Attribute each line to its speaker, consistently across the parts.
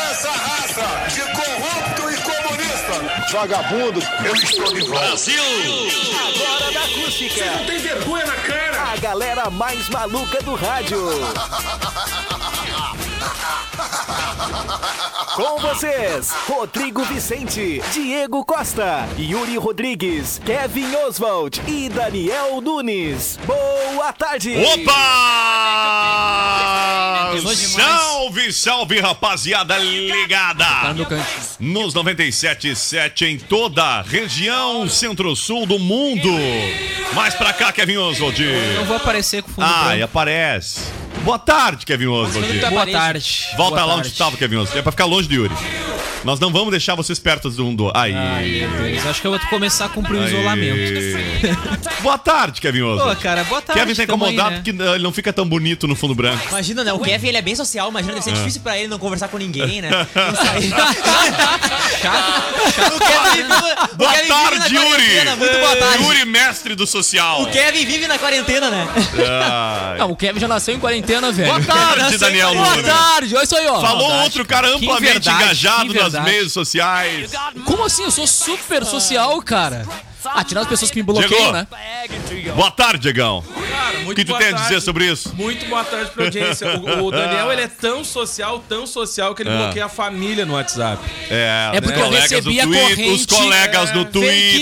Speaker 1: é essa raça de corrupto e comunista.
Speaker 2: Vagabundo, eu estou de volta.
Speaker 3: Agora da acústica. Você não tem vergonha na cara. A galera mais maluca do rádio. Com vocês, Rodrigo Vicente, Diego Costa, Yuri Rodrigues, Kevin Oswald e Daniel Nunes. Boa tarde.
Speaker 4: Opa!
Speaker 5: Pegou demais.
Speaker 4: Salve, salve, rapaziada
Speaker 5: Tá
Speaker 4: ligada!
Speaker 5: no cantinho.
Speaker 4: Nos 97.7 em toda a região centro-sul do mundo. Mais pra cá, Kevin Oswald.
Speaker 5: Não vou aparecer com o fundo
Speaker 4: Ai,
Speaker 5: branco.
Speaker 4: aparece. Boa tarde, Kevin Oswald.
Speaker 5: Boa tarde.
Speaker 4: Volta
Speaker 5: Boa
Speaker 4: lá
Speaker 5: tarde.
Speaker 4: onde estava, Kevin Oswald. É pra ficar longe de Yuri. Nós não vamos deixar vocês perto do um do... Aí.
Speaker 5: Meu Deus, acho que eu vou começar a cumprir o
Speaker 4: Aí.
Speaker 5: isolamento.
Speaker 4: Boa tarde, Kevin
Speaker 5: Pô,
Speaker 4: Oswald.
Speaker 5: cara, boa tarde.
Speaker 4: Kevin tá
Speaker 5: tamo aí,
Speaker 4: incomodado
Speaker 5: né?
Speaker 4: porque eh, ele não fica tão bonito no fundo branco.
Speaker 6: Imagina, né? O Kevin ele é bem social, imagina,
Speaker 4: Ah.
Speaker 6: deve ser difícil pra ele não conversar com ninguém, né? Não sair.
Speaker 5: Chato, chato.
Speaker 6: O Kevin vive na- o
Speaker 4: Boa
Speaker 6: Kevin vive na
Speaker 4: tarde, Yuri!
Speaker 6: quarentena, Muito boa tarde.
Speaker 4: Yuri, mestre do social.
Speaker 6: O Kevin vive na quarentena, né?
Speaker 4: Ai.
Speaker 7: Não, o Kevin já nasceu em quarentena, velho.
Speaker 4: Boa tarde, Daniel
Speaker 7: Boa
Speaker 4: Nunes.
Speaker 7: tarde, olha isso aí, ó.
Speaker 4: Falou
Speaker 7: Maldade.
Speaker 4: outro cara
Speaker 7: Que
Speaker 4: amplamente
Speaker 7: verdade,
Speaker 4: engajado
Speaker 7: que
Speaker 4: nas
Speaker 7: verdade.
Speaker 4: redes sociais.
Speaker 7: Como assim? Eu sou super social, cara. Ah, tirar as pessoas que me bloqueiam,
Speaker 4: Chegou.
Speaker 7: né?
Speaker 4: Boa tarde, Diegão.
Speaker 8: Cara,
Speaker 4: O
Speaker 8: muito
Speaker 4: que tu
Speaker 8: boa
Speaker 4: tem a dizer
Speaker 8: tarde.
Speaker 4: sobre isso?
Speaker 8: Muito boa tarde pra audiência. O, o Daniel, ele é tão social, tão social, que ele
Speaker 4: Ah.
Speaker 8: bloqueia a família no WhatsApp.
Speaker 7: É porque
Speaker 4: né,
Speaker 7: eu recebi a corrente, é,
Speaker 4: Os colegas do
Speaker 7: Fake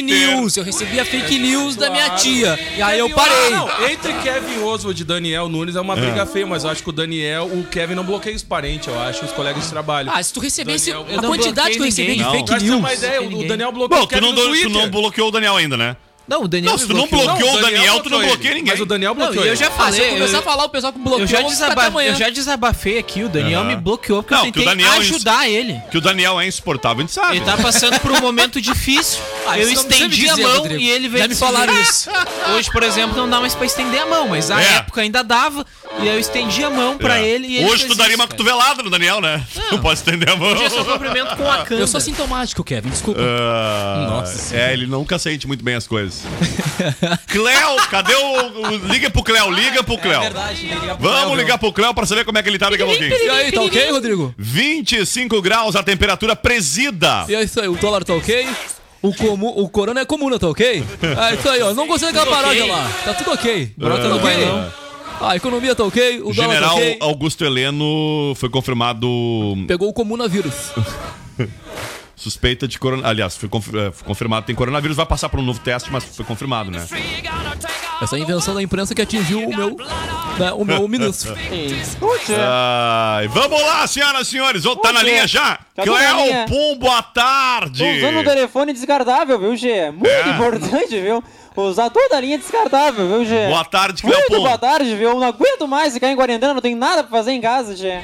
Speaker 4: Twitter.
Speaker 7: news. Eu recebi a fake news da minha
Speaker 8: Claro.
Speaker 7: tia. E aí eu
Speaker 8: Kevin-
Speaker 7: parei.
Speaker 8: Ah, não, entre Kevin Oswald e Daniel Nunes é uma briga feia, mas eu acho que o Daniel, o Kevin não bloqueia os parentes, eu acho, os colegas de trabalho.
Speaker 7: Ah, se tu recebesse
Speaker 8: Daniel,
Speaker 7: a
Speaker 8: eu
Speaker 6: não
Speaker 7: quantidade que eu
Speaker 6: bloqueei
Speaker 7: recebi de
Speaker 4: ninguém.
Speaker 7: fake
Speaker 8: Pra você ter
Speaker 7: news.
Speaker 8: uma ideia, o- o Daniel bloqueia
Speaker 4: Bom,
Speaker 8: o
Speaker 4: tu
Speaker 8: Kevin
Speaker 4: não,
Speaker 8: no
Speaker 4: do- tu
Speaker 8: Twitter.
Speaker 4: não bloqueou o Daniel ainda, né?
Speaker 5: Não, o Daniel
Speaker 4: Não,
Speaker 5: me
Speaker 4: se tu não
Speaker 5: bloqueou.
Speaker 4: bloqueou o Daniel, tu não
Speaker 8: bloqueou
Speaker 4: bloqueia
Speaker 8: ele,
Speaker 4: ninguém.
Speaker 8: Mas o Daniel
Speaker 5: Não,
Speaker 8: bloqueou
Speaker 5: e eu
Speaker 8: ele.
Speaker 5: já
Speaker 7: Ah, se eu
Speaker 5: falei, eu,
Speaker 7: começar a falar, o pessoal que bloqueou,
Speaker 5: eu já,
Speaker 7: vou ficar até
Speaker 5: desaba-
Speaker 7: amanhã.
Speaker 5: eu já desabafei aqui, o Daniel
Speaker 4: Aham.
Speaker 5: me bloqueou porque
Speaker 4: Não,
Speaker 5: eu
Speaker 4: que o
Speaker 5: tentei
Speaker 4: Daniel-
Speaker 5: ajudar ele.
Speaker 4: Que o Daniel é insuportável, a gente sabe.
Speaker 5: Ele tá passando por um momento difícil.
Speaker 7: Ah,
Speaker 5: eu
Speaker 7: isso não precisa me
Speaker 5: estendi a
Speaker 7: dizer,
Speaker 5: mão
Speaker 7: Rodrigo.
Speaker 5: e ele veio.
Speaker 7: Já me falaram
Speaker 5: dizer-
Speaker 7: isso.
Speaker 5: Hoje, por exemplo, não dá mais pra estender a mão, mas na
Speaker 4: É.
Speaker 5: época ainda dava. E eu estendi a mão pra
Speaker 4: É.
Speaker 5: ele e ele.
Speaker 4: Hoje tu
Speaker 5: fez
Speaker 4: daria
Speaker 5: isso,
Speaker 4: uma
Speaker 5: cara.
Speaker 4: cotovelada no Daniel, né? Não, pode estender a mão.
Speaker 5: Hoje é só cumprimento com a câmera.
Speaker 7: Eu sou sintomático, Kevin, desculpa.
Speaker 4: Ah,
Speaker 7: Nossa.
Speaker 4: É, ele nunca sente muito bem as coisas. Cléo, cadê o, o- Liga pro Cléo, liga pro Cléo.
Speaker 6: Verdade, ele liga pro
Speaker 4: Vamos
Speaker 6: Gabriel.
Speaker 4: ligar pro Cléo pra saber como é que ele tá daqui a pouquinho.
Speaker 7: E aí, tá ok, Rodrigo?
Speaker 4: 25 graus a temperatura presida.
Speaker 7: E é isso aí, o dólar tá ok? O, comu, o corona é comuna, tá ok? É isso aí, ó. Não gostei daquela parada lá. Tá tudo ok. Brota tá
Speaker 4: não
Speaker 7: ok?
Speaker 4: vai, não.
Speaker 7: A economia tá ok, o
Speaker 4: O
Speaker 7: dólar tá
Speaker 4: general
Speaker 7: ok.
Speaker 4: Augusto Heleno foi confirmado
Speaker 7: Pegou o comunavírus.
Speaker 4: suspeita de coronavírus. Aliás, foi conf- eh, foi confirmado tem coronavírus, vai passar por um novo teste, mas foi confirmado, né?
Speaker 1: é
Speaker 7: Essa é invenção da imprensa que atingiu o meu, né, o meu ministro.
Speaker 9: É.
Speaker 4: É. Ai, vamos lá, senhoras e senhores. Ô, tá na linha já?
Speaker 9: tô na
Speaker 4: Cléo
Speaker 9: linha.
Speaker 4: Pum, boa tarde.
Speaker 9: Tô usando o telefone descartável, viu, Gê? Muito
Speaker 4: É.
Speaker 9: importante, viu? Usar toda a linha é descartável, viu, Gê?
Speaker 4: Boa tarde, Cléo
Speaker 9: Muito boa
Speaker 4: Pum.
Speaker 9: tarde, viu? Não aguento mais ficar em quarentena, não tem nada pra fazer em casa, Gê.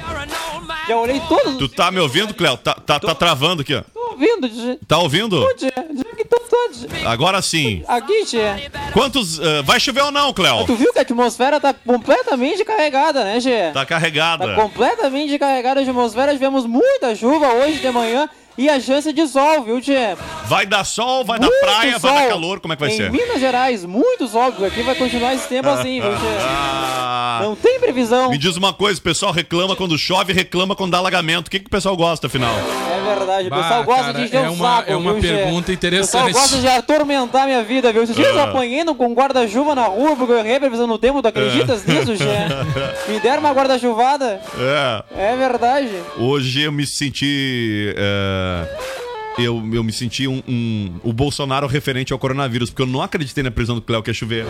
Speaker 9: Já olhei todo.
Speaker 4: Tu tá me ouvindo, Cléo? Tá, tá, tá travando aqui, ó.
Speaker 9: Tô ouvindo, Gê.
Speaker 4: Tá ouvindo?
Speaker 9: Gê, Gê, que tô, tô, Gê.
Speaker 4: Agora sim.
Speaker 9: Aqui, Gê.
Speaker 4: Quantos. eh, vai chover ou não, Cléo?
Speaker 9: Tu viu que a atmosfera tá completamente carregada, né, Gê?
Speaker 4: Tá carregada.
Speaker 9: Tá completamente carregada de atmosfera. Tivemos muita chuva hoje de manhã e a chance de sol, viu, Tchê?
Speaker 4: Vai dar sol, vai dar
Speaker 9: Muito
Speaker 4: praia, vai dar
Speaker 9: sol.
Speaker 4: calor, como é que vai
Speaker 9: em
Speaker 4: ser?
Speaker 9: Minas Gerais, muito sol, porque aqui vai continuar esse tempo assim, viu, Tchê?
Speaker 4: Ah,
Speaker 9: Não tem previsão.
Speaker 4: me diz uma coisa, o pessoal reclama quando chove, reclama quando dá alagamento. O que, que o pessoal gosta, afinal?
Speaker 9: É verdade, o
Speaker 8: Bah,
Speaker 9: pessoal gosta
Speaker 8: cara,
Speaker 9: de encher
Speaker 8: é
Speaker 9: o
Speaker 8: uma-
Speaker 9: saco,
Speaker 8: é uma
Speaker 9: viu, Tchê?
Speaker 8: pergunta interessante.
Speaker 9: O pessoal gosta de atormentar minha vida, viu? Esses
Speaker 4: Ah.
Speaker 9: dias eu apanhei no- com guarda-chuva na rua porque eu errei previsão no tempo, tu acreditas nisso, Tchê? Me deram uma guarda-chuvada.
Speaker 4: É,
Speaker 9: É verdade.
Speaker 4: hoje eu me senti. é, eu, eu me senti um, um- o Bolsonaro referente ao coronavírus, porque eu não acreditei na prisão do Cléo que ia chover.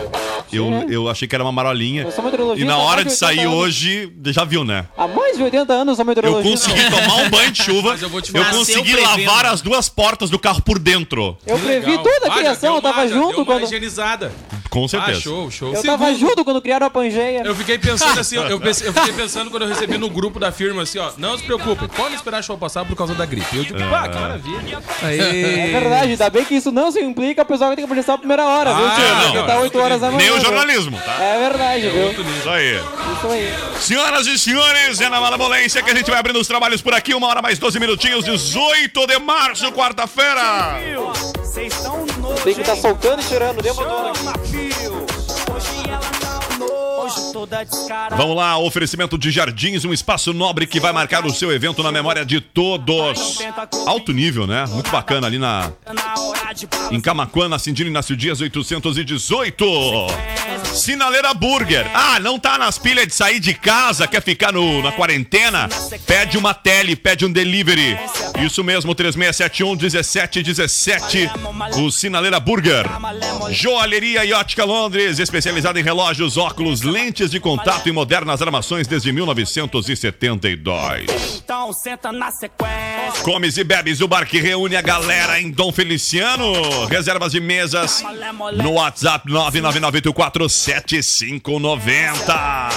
Speaker 4: Eu, eu achei que era uma marolinha.
Speaker 9: Eu sou meteorologista
Speaker 4: E na
Speaker 9: há
Speaker 4: hora
Speaker 9: mais
Speaker 4: de
Speaker 9: de 80
Speaker 4: sair
Speaker 9: anos.
Speaker 4: hoje, já viu, né?
Speaker 9: Há mais de 80 anos eu sou
Speaker 4: Eu
Speaker 9: meteorologista.
Speaker 4: consegui tomar um banho de chuva.
Speaker 8: Mas eu vou te
Speaker 4: Eu
Speaker 8: falar.
Speaker 4: consegui
Speaker 5: Nasceu prevendo.
Speaker 4: lavar as duas portas do carro por dentro.
Speaker 9: Eu
Speaker 8: Que
Speaker 9: previ
Speaker 8: legal.
Speaker 9: toda
Speaker 8: Ah,
Speaker 9: a
Speaker 8: já
Speaker 9: criação,
Speaker 8: deu
Speaker 9: eu tava
Speaker 8: uma- já deu
Speaker 9: junto
Speaker 8: uma
Speaker 9: quando.
Speaker 8: higienizada.
Speaker 4: Com certeza.
Speaker 10: Ah, show, show.
Speaker 9: Eu tava junto quando criaram a Pangeia.
Speaker 10: Eu fiquei pensando assim, ó, eu, pense- eu fiquei pensando quando eu recebi no grupo da firma assim, ó, não se preocupem, podem esperar o show passar por causa da gripe. Eu digo, pá, que maravilha.
Speaker 9: É verdade, ainda bem que isso não se implica, o pessoal vai ter que projetar a primeira hora, viu,
Speaker 4: Ah,
Speaker 9: tio?
Speaker 4: não,
Speaker 9: Porque tá
Speaker 4: não.
Speaker 9: 8 horas da manhã.
Speaker 4: Nem o
Speaker 9: viu?
Speaker 4: jornalismo, tá?
Speaker 9: É verdade, viu?
Speaker 4: Isso aí.
Speaker 9: Isso aí.
Speaker 4: Senhoras e senhores, é na Malabolência que a gente vai abrindo os trabalhos por aqui, uma hora mais 12 minutinhos, 18 de março, quarta-feira.
Speaker 9: Tem que tá soltando e tirando, deu uma dor aqui.
Speaker 3: tá
Speaker 4: Vamos lá, oferecimento de jardins, um espaço nobre que vai marcar o seu evento na memória de todos. Alto nível, né? Muito bacana ali na em Camaquã, na Cindina Inácio Dias 818. Sinaleira Burger. Ah, não tá nas pilhas de sair de casa, quer ficar no, na quarentena? Pede uma tele, pede um delivery. Isso mesmo, 3671 1717. O Sinaleira Burger. Joalheria e Ótica Londres, especializada em relógios, óculos, lentes de contato e modernas armações desde 1972.
Speaker 1: Então senta na sequência.
Speaker 4: Comes e bebes, o bar que reúne a galera em Dom Feliciano. Reservas de mesas no WhatsApp 999847590.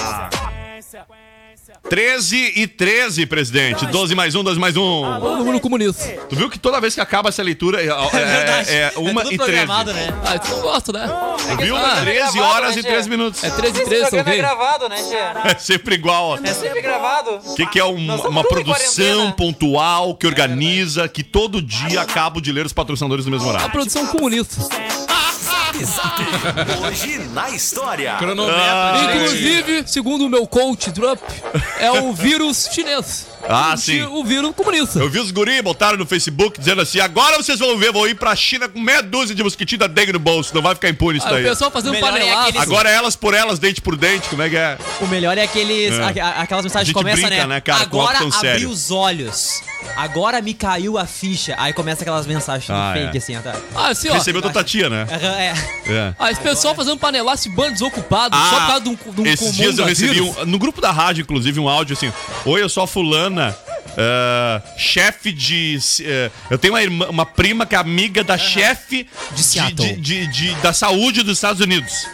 Speaker 4: 13 e 13, presidente. 12 mais um, 12 mais um.
Speaker 7: Todo mundo comunista.
Speaker 4: Tu viu que toda vez que acaba essa leitura é,
Speaker 7: verdade.
Speaker 4: é, é, uma
Speaker 7: tudo
Speaker 4: e 13.
Speaker 7: programado, né? Ah, tu não gosta, né?
Speaker 4: Tu viu?
Speaker 7: Ah,
Speaker 4: 13 horas e 13 minutos.
Speaker 7: É 13 e 13, tá ok?
Speaker 9: gravado, né, tia?
Speaker 4: É sempre igual.
Speaker 9: É sempre gravado.
Speaker 4: O que, que é um-
Speaker 9: Nós estamos
Speaker 4: uma
Speaker 9: tudo em
Speaker 4: produção
Speaker 9: quarentena.
Speaker 4: pontual que organiza, que todo dia acabo de ler os patrocinadores no mesmo
Speaker 7: A
Speaker 4: horário?
Speaker 7: produção comunista.
Speaker 11: Hoje na história.
Speaker 10: Cronômetro.
Speaker 8: É
Speaker 10: gente.
Speaker 7: Inclusive, segundo o meu coach Trump, é o vírus chinês.
Speaker 4: Ah,
Speaker 7: O
Speaker 4: sim.
Speaker 7: chi- O vírus comunista.
Speaker 4: Eu vi os guri botaram no Facebook dizendo assim: agora vocês vão ver, vou ir pra China com meia dúzia de mosquitinho da dengue no bolso, não vai ficar impune isso
Speaker 7: Ah, o
Speaker 4: daí.
Speaker 7: pessoal fazendo
Speaker 12: Melhor é
Speaker 7: panelado.
Speaker 12: aqueles-
Speaker 4: Agora elas por elas, dente por dente, como é que é?
Speaker 12: O melhor é aqueles.
Speaker 4: É.
Speaker 12: a- a- aquelas
Speaker 4: A
Speaker 12: mensagens
Speaker 4: gente
Speaker 12: que começam,
Speaker 4: brinca,
Speaker 12: né?
Speaker 4: né, cara, com
Speaker 12: Agora
Speaker 4: algo tão
Speaker 12: abri
Speaker 4: sério."
Speaker 12: os olhos. Agora me caiu a ficha. Aí começa aquelas mensagens tudo
Speaker 4: Ah,
Speaker 12: fake,
Speaker 4: é.
Speaker 12: assim, tá?
Speaker 7: Ah, assim, ó.
Speaker 4: Recebeu da Tatia, né?
Speaker 12: Aham, é.
Speaker 4: É.
Speaker 7: Ah, esse pessoal fazendo panelaço de bandos ocupados só por causa de um, de um
Speaker 4: esses
Speaker 7: comum
Speaker 4: dias eu
Speaker 7: da
Speaker 4: recebi
Speaker 7: vírus.
Speaker 4: um- no grupo da rádio, inclusive, um áudio assim: Oi, eu sou a fulana. ah, chefe de. eh, eu tenho uma, irmã- uma prima que é amiga da chefe
Speaker 12: De Seattle.
Speaker 4: de- de- da saúde dos Estados Unidos.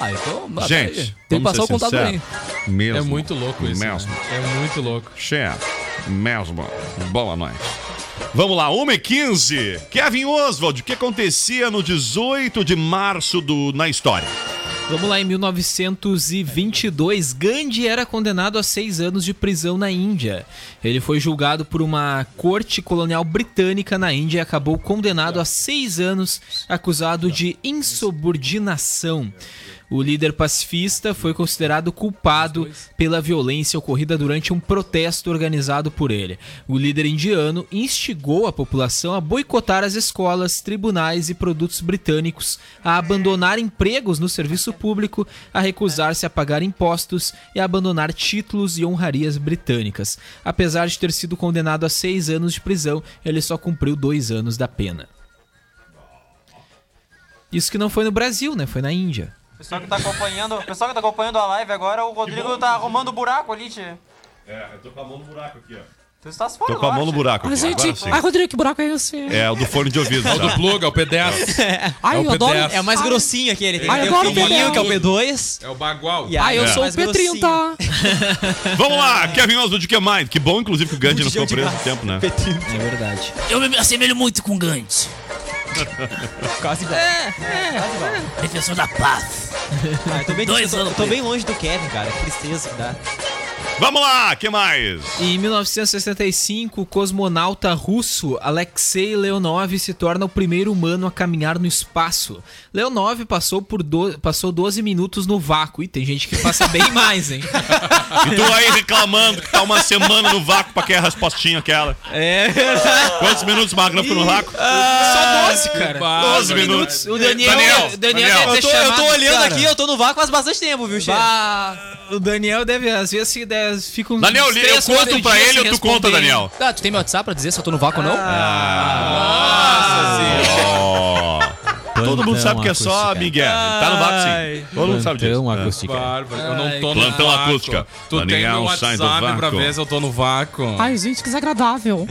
Speaker 7: Ah, então, mas peraí.
Speaker 4: Gente,
Speaker 7: tem que passar o
Speaker 4: vamos ser
Speaker 7: contato aí.
Speaker 4: sinceros. Mesmo.
Speaker 10: É muito louco isso. né?
Speaker 4: Mesmo.
Speaker 10: É muito louco.
Speaker 4: Chefe, mesmo. Boa noite. Vamos lá, 1h15. Kevin Oswald, o que acontecia no 18 de março do, na história?
Speaker 8: Vamos lá, em 1922, Gandhi era condenado a seis anos de prisão na Índia. Ele foi julgado por uma corte colonial britânica na Índia e acabou condenado a seis anos, acusado de insubordinação. O líder pacifista foi considerado culpado pela violência ocorrida durante um protesto organizado por ele. O líder indiano instigou a população a boicotar as escolas, tribunais e produtos britânicos, a abandonar empregos no serviço público, a recusar-se a pagar impostos e a abandonar títulos e honrarias britânicas. Apesar de ter sido condenado a seis anos de prisão, ele só cumpriu dois anos da pena. Isso que não foi no Brasil, né? Foi na Índia.
Speaker 9: O pessoal que tá acompanhando, o pessoal que tá acompanhando a live agora, o Rodrigo tá arrumando o buraco ali, tia.
Speaker 4: É, eu tô com a mão no buraco aqui, ó.
Speaker 9: Tu estás fora
Speaker 4: Tô com a mão no buraco aqui, agora sim.
Speaker 7: Rodrigo, que buraco é esse?
Speaker 4: É, o do fone de ouvido.
Speaker 10: É o do
Speaker 4: sabe?
Speaker 10: plug, é o P10.
Speaker 7: Ai,
Speaker 10: É o
Speaker 7: eu adoro.
Speaker 10: PDF.
Speaker 12: É o mais grossinho aquele. Tem,
Speaker 7: Ai,
Speaker 12: tem
Speaker 7: eu adoro
Speaker 12: o fininho,
Speaker 7: o
Speaker 12: que é o P2.
Speaker 10: É o bagual.
Speaker 12: E aí,
Speaker 7: eu
Speaker 12: é
Speaker 7: sou o
Speaker 12: mais grossinho.
Speaker 7: P30.
Speaker 4: Vamos lá, Kevin Oswald, de que é mais? Que bom, inclusive, que o Gandhi não ficou preso esse tempo, né?
Speaker 8: É verdade.
Speaker 1: Eu me assemelho muito com Gandhi.
Speaker 12: Quase igual.
Speaker 1: Defensor da paz.
Speaker 12: Ah, eu tô bem,
Speaker 1: Dois
Speaker 12: eu tô,
Speaker 1: anos
Speaker 12: eu tô
Speaker 1: preso.
Speaker 12: bem longe do Kevin, cara. Que tristeza que dá.
Speaker 4: Vamos lá, que mais?
Speaker 8: Em 1965, o cosmonauta russo Alexei Leonov se torna o primeiro humano a caminhar no espaço. Leonov passou por do... passou 12 minutos no vácuo. E tem gente que passa bem mais, hein?
Speaker 4: E tu aí reclamando que tá uma semana no vácuo pra que é a respostinha aquela.
Speaker 8: É verdade.
Speaker 4: Quantos minutos, Magno, ficou no vácuo?
Speaker 8: Só 12, cara.
Speaker 10: Bárbaro.
Speaker 4: 12 minutos.
Speaker 8: O Daniel,
Speaker 4: Daniel,
Speaker 8: o Daniel
Speaker 4: Daniel.
Speaker 8: deve
Speaker 12: Eu
Speaker 8: ter
Speaker 12: tô, eu tô
Speaker 8: chamado,
Speaker 12: olhando
Speaker 8: cara.
Speaker 12: aqui, eu tô no vácuo faz bastante tempo, viu, chefe?
Speaker 8: Bah, o Daniel deve, às vezes, se der, fica uns
Speaker 4: Daniel,
Speaker 8: uns
Speaker 4: eu
Speaker 8: três,
Speaker 4: conto
Speaker 8: quatro
Speaker 4: pra
Speaker 8: dias
Speaker 4: ele
Speaker 8: sem
Speaker 4: ou tu conta,
Speaker 8: responder. Ah,
Speaker 4: Daniel?
Speaker 7: Ah, tu tem meu WhatsApp pra dizer se eu tô no vácuo ou não?
Speaker 10: Nossa senhora.
Speaker 4: Ó, Todo mundo sabe que é só
Speaker 8: acústica.
Speaker 4: Miguel. Tá no vácuo, sim. Todo mundo sabe disso.
Speaker 8: Plantão
Speaker 4: É.
Speaker 8: acústica. Bárbaro, eu não tô no
Speaker 4: Plantão
Speaker 8: vácuo.
Speaker 4: acústica. é um
Speaker 8: Tu tem meu
Speaker 4: Daniel sai do
Speaker 8: WhatsApp pra
Speaker 4: vácuo.
Speaker 8: ver se eu tô no vácuo.
Speaker 13: Ai, gente, que desagradável.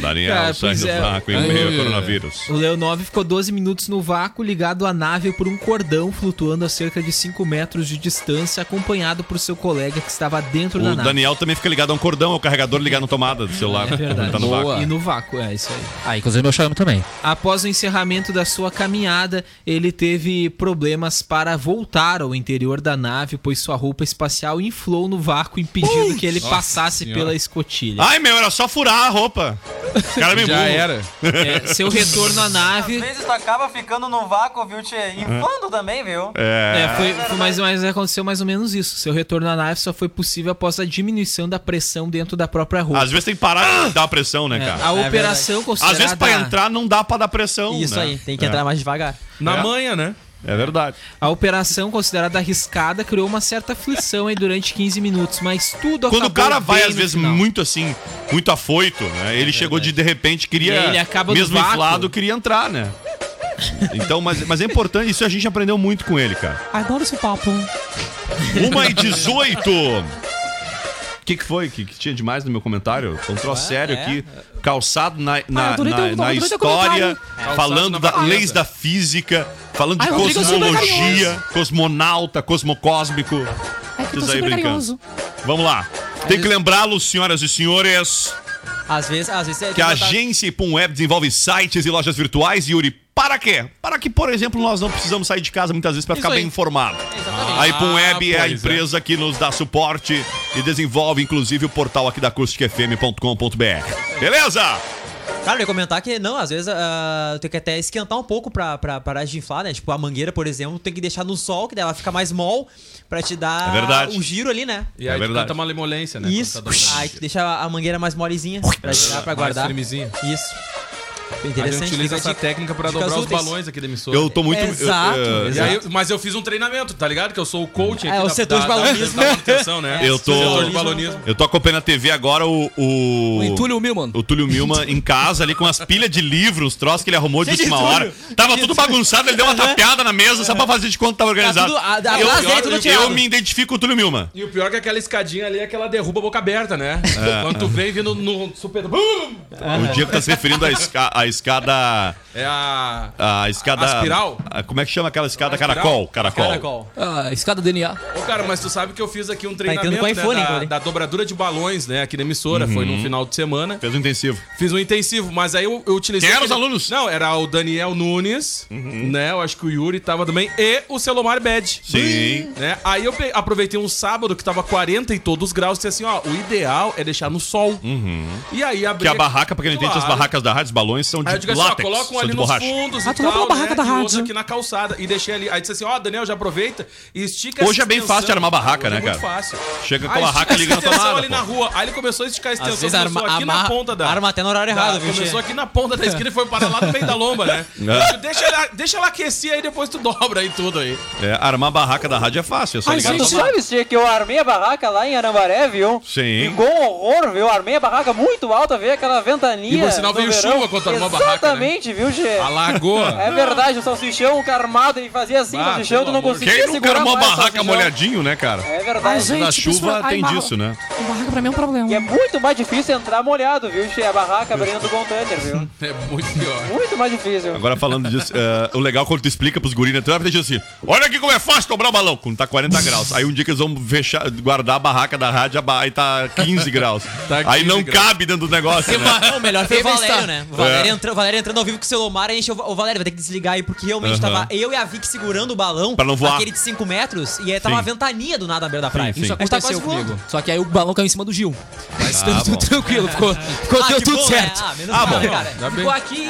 Speaker 4: Daniel
Speaker 9: Cara,
Speaker 4: sai
Speaker 9: pois
Speaker 4: do
Speaker 9: é.
Speaker 4: vácuo em
Speaker 9: Ai,
Speaker 4: meio ao
Speaker 9: ai,
Speaker 4: coronavírus.
Speaker 9: O Leo 9 ficou 12 minutos no vácuo, ligado à nave por um cordão flutuando a cerca de 5 metros de distância, acompanhado por seu colega que estava dentro da
Speaker 4: O
Speaker 9: nave.
Speaker 4: Daniel também fica ligado a um cordão, o carregador ligado na tomada do celular.
Speaker 9: É verdade.
Speaker 4: Tá no vácuo.
Speaker 9: E no vácuo, é isso aí.
Speaker 14: Ah, inclusive meu chame também.
Speaker 9: Após o encerramento da sua caminhada, ele teve problemas para voltar ao interior da nave, pois sua roupa espacial inflou no vácuo, impedindo
Speaker 4: Ui!
Speaker 9: que ele
Speaker 4: Nossa
Speaker 9: passasse
Speaker 4: Senhora.
Speaker 9: pela escotilha.
Speaker 4: Ai, meu, era só furar a roupa. Os caras me
Speaker 9: Já
Speaker 4: Ah, burro.
Speaker 9: era. É, seu retorno à nave.
Speaker 15: Às vezes tu acaba ficando num vácuo, viu, Tchê? Inflando também, viu?
Speaker 9: É, foi, foi mais, mais aconteceu mais ou menos isso. Seu retorno à nave só foi possível após a diminuição da pressão dentro da própria roupa.
Speaker 4: Às vezes tem que parar de dar pressão, né,
Speaker 9: É,
Speaker 4: cara?
Speaker 9: a operação considerada-
Speaker 4: Às vezes pra entrar não dá pra dar pressão.
Speaker 9: Isso
Speaker 4: né?
Speaker 9: aí, tem que entrar
Speaker 7: mais devagar.
Speaker 4: Na É.
Speaker 8: manhã, né?
Speaker 4: É verdade.
Speaker 9: A operação considerada arriscada criou uma certa aflição aí durante 15 minutos, mas tudo
Speaker 4: Quando o
Speaker 9: acabou
Speaker 4: cara vai,
Speaker 9: bem
Speaker 4: às
Speaker 9: no
Speaker 4: vezes,
Speaker 9: final. É
Speaker 4: muito assim, muito afoito, né? Ele chegou de de repente, queria.
Speaker 9: Ele acaba no
Speaker 4: mesmo
Speaker 9: vácuo.
Speaker 4: inflado, queria entrar, né? Então, mas, mas é importante, isso a gente aprendeu muito com ele, cara.
Speaker 13: Adoro esse papo.
Speaker 4: 1 e 18. O que, que foi? que, que tinha demais no meu comentário? Foi um
Speaker 13: Ah,
Speaker 4: troço sério
Speaker 13: é.
Speaker 4: aqui, calçado na, na,
Speaker 13: adorei
Speaker 4: na-
Speaker 13: teu-
Speaker 4: na
Speaker 13: adorei teu
Speaker 4: história,
Speaker 13: então, comentário. É.
Speaker 4: falando
Speaker 13: Calçado na
Speaker 4: das
Speaker 13: varanda.
Speaker 4: leis da física, falando de
Speaker 13: Ai, Rodrigo, eu sou super
Speaker 4: cosmologia,
Speaker 13: carinhoso.
Speaker 4: cosmonauta, cosmocósmico.
Speaker 13: É que eu
Speaker 4: Vocês
Speaker 13: tô
Speaker 4: aí
Speaker 13: super
Speaker 4: brincando.
Speaker 13: carinhoso.
Speaker 4: Vamos lá. Tem que lembrá-los, senhoras e senhores,
Speaker 7: Às vezes, às vezes é
Speaker 4: que a agência Ipum Web desenvolve sites e lojas virtuais, Yuri. Para quê? Para que, por exemplo, nós não precisamos sair de casa muitas vezes para
Speaker 7: Isso
Speaker 4: ficar bem
Speaker 7: aí.
Speaker 4: informado. A Ipum Web é a
Speaker 7: pois é.
Speaker 4: empresa que nos dá suporte e desenvolve, inclusive, o portal aqui da acusticfm.com.br. Beleza?
Speaker 7: Cara, eu ia comentar que, não, às vezes ah, tem que até esquentar um pouco pra, pra parar de inflar, né? Tipo, a mangueira, por exemplo, tem que deixar no sol, que daí ela fica mais mol, pra te dar
Speaker 4: É verdade.
Speaker 7: um giro ali, né?
Speaker 8: E aí
Speaker 4: É
Speaker 8: tu
Speaker 4: verdade.
Speaker 8: canta uma lemolência, né?
Speaker 7: Isso.
Speaker 8: Quando tá
Speaker 7: Aí tu deixa a mangueira mais molezinha pra te dar, pra
Speaker 8: Mais
Speaker 7: guardar.
Speaker 8: firmezinha.
Speaker 7: Isso. Bem
Speaker 8: A gente
Speaker 7: interessante. fica
Speaker 8: utiliza essa
Speaker 7: dica-
Speaker 8: técnica pra
Speaker 7: dicas
Speaker 8: dobrar os
Speaker 7: úteis.
Speaker 8: balões aqui da emissora.
Speaker 4: Eu tô muito- eu-
Speaker 7: Exato.
Speaker 4: eu-
Speaker 8: E aí, mas eu fiz um treinamento, tá ligado? Que eu sou o coach aqui
Speaker 7: É, o
Speaker 8: da-
Speaker 7: setor de
Speaker 8: da- da-
Speaker 7: balonismo.
Speaker 8: da manutenção, né?
Speaker 4: eu tô.
Speaker 8: Setor de balonismo.
Speaker 4: Eu tô acompanhando a TV agora o. O,
Speaker 8: O Túlio
Speaker 14: Milman.
Speaker 4: O Túlio Milman em casa ali com as pilhas de livros, os troços que ele arrumou de
Speaker 7: Gente,
Speaker 4: última
Speaker 7: Túlio.
Speaker 4: hora. Tava tudo bagunçado, ele deu uma tapeada na mesa só pra fazer de conta que tava organizado.
Speaker 8: Tá tudo- a- a
Speaker 4: eu,
Speaker 8: base dele tudo
Speaker 4: eu-
Speaker 8: tirado.
Speaker 4: eu me identifico com o Túlio Milman.
Speaker 8: E o pior é que aquela escadinha ali é que ela derruba a boca aberta, né?
Speaker 4: É.
Speaker 8: Quando tu vem vindo no super. Bum!
Speaker 4: O Diego tá se referindo à, esca- à escada.
Speaker 8: É a.
Speaker 4: A escada.
Speaker 8: A espiral?
Speaker 4: a- como é que chama aquela escada? Caracol.
Speaker 8: Espiral?
Speaker 4: Caracol.
Speaker 14: Ah, escada DNA.
Speaker 8: Ô, cara, mas tu sabe que eu fiz aqui um
Speaker 7: Tá
Speaker 14: entrando
Speaker 8: treinamento
Speaker 14: com iPhone,
Speaker 8: né, da,
Speaker 14: inclusive.
Speaker 8: da dobradura de balões, né? Aqui na emissora.
Speaker 4: Uhum.
Speaker 8: Foi no final de semana.
Speaker 4: Fez um intensivo.
Speaker 8: Fiz um intensivo, mas aí eu, eu utilizei.
Speaker 4: Quem eram os Uhum.
Speaker 8: alunos? Não, era o Daniel Nunes, né? Eu acho que o Yuri tava também. E o Selomar Bed.
Speaker 4: Sim.
Speaker 8: Né? Aí eu pe- aproveitei um sábado que tava 40 e todos os graus e disse assim: ó, o ideal é deixar no sol. E aí abri.
Speaker 4: Uhum. Que é a barraca, pra quem não entende, as
Speaker 8: Claro.
Speaker 4: barracas da rádio, os balões são de
Speaker 8: Aí eu digo assim, ó,
Speaker 4: látex,
Speaker 8: coloca um
Speaker 4: são
Speaker 8: ali
Speaker 4: de
Speaker 8: nos
Speaker 4: borracha.
Speaker 8: fundos
Speaker 13: Ah,
Speaker 8: e
Speaker 13: tu vai
Speaker 8: tal,
Speaker 13: pra barraca
Speaker 8: né?
Speaker 13: da
Speaker 8: E
Speaker 13: rádio.
Speaker 8: outro aqui na calçada. E deixei ali. Aí disse assim, ó, Daniel, já aproveita e estica
Speaker 4: Hoje é bem
Speaker 8: extensão.
Speaker 4: fácil armar barraca,
Speaker 8: Hoje
Speaker 4: né,
Speaker 8: é
Speaker 4: cara?
Speaker 8: Muito fácil.
Speaker 4: Chega com
Speaker 8: Aí
Speaker 4: a barraca
Speaker 8: estica
Speaker 4: ligando a
Speaker 8: extensão
Speaker 4: tomada,
Speaker 8: ali
Speaker 4: pô.
Speaker 8: na rua. Aí ele começou a esticar a extensão,
Speaker 7: Às vezes
Speaker 8: começou
Speaker 7: arma-
Speaker 8: aqui na
Speaker 7: amarra-
Speaker 8: ponta da...
Speaker 7: arma até no horário errado, viu,
Speaker 8: Começou
Speaker 7: Che?
Speaker 8: aqui na ponta da esquina e foi parar lá no meio da lomba, né?
Speaker 4: É.
Speaker 8: Eu digo, deixa, ela, deixa ela aquecer aí, depois tu dobra aí tudo aí.
Speaker 4: É, armar a barraca da rádio é fácil, é só
Speaker 16: Ai,
Speaker 4: ligar.
Speaker 16: gente, sabe, Cia, que eu armei a barraca lá em Arambaré, viu?
Speaker 4: Sim.
Speaker 16: Ficou um horror, viu? Eu armei a barraca muito alta, veio aquela ventania.
Speaker 8: E por sinal
Speaker 16: do
Speaker 8: veio
Speaker 16: verão.
Speaker 8: chuva quando armou a barraca,
Speaker 16: Exatamente, viu, Gê?
Speaker 8: Alagou.
Speaker 16: É verdade, o salsichão carmado, ele fazia assim, o
Speaker 8: Ah,
Speaker 16: salsichão,
Speaker 8: pelo
Speaker 16: tu não
Speaker 8: amor.
Speaker 16: conseguia
Speaker 4: Quem nunca
Speaker 16: segurar
Speaker 4: armou a
Speaker 16: mais o
Speaker 4: barraca
Speaker 16: salsichão.
Speaker 4: molhadinho, né, cara?
Speaker 16: É verdade.
Speaker 4: Ai, gente, Na chuva isso- ai, tem barra- disso, né?
Speaker 16: Barraca pra mim é um problema. E é muito mais difícil entrar molhado, viu, Gê? A barraca abrindo do container, viu?
Speaker 8: É muito pior.
Speaker 16: Muito mais difícil.
Speaker 4: Agora falando disso, é, o legal é quando tu explica pros guris, né? Tu vai dizer assim, olha aqui como é fácil dobrar o balão, quando tá 40 graus. Aí um dia que eles vão fechar, guardar a barraca da rádio, a ba- aí tá 15 graus. aí
Speaker 7: 15
Speaker 4: não
Speaker 7: graus.
Speaker 4: cabe dentro do negócio, né?
Speaker 7: Não, melhor foi o
Speaker 14: Teve
Speaker 7: Valério,
Speaker 14: esta-
Speaker 7: né? O Valério,
Speaker 4: É.
Speaker 7: entra- o Valério entrando ao vivo com o celular e encheu. O Valério vai ter que desligar aí, porque realmente
Speaker 4: Aham.
Speaker 7: tava eu e a Vic segurando o balão,
Speaker 4: Pra não voar.
Speaker 7: aquele de 5 metros, e aí tava
Speaker 4: Sim.
Speaker 7: uma ventania do nada na beira da praia.
Speaker 14: Isso
Speaker 7: A gente tá
Speaker 14: aconteceu
Speaker 7: quase voando.
Speaker 14: comigo. Só que aí o balão caiu em cima do Gil. Mas
Speaker 4: Ah,
Speaker 14: deu
Speaker 8: Tá
Speaker 4: bom.
Speaker 14: tudo tranquilo, ficou, ficou
Speaker 7: Ah,
Speaker 14: deu
Speaker 7: que
Speaker 14: tudo
Speaker 7: bom, né?
Speaker 14: certo.
Speaker 7: Ah, menos
Speaker 9: mal, né, cara?
Speaker 14: Ainda Ah,
Speaker 7: Ficou aqui.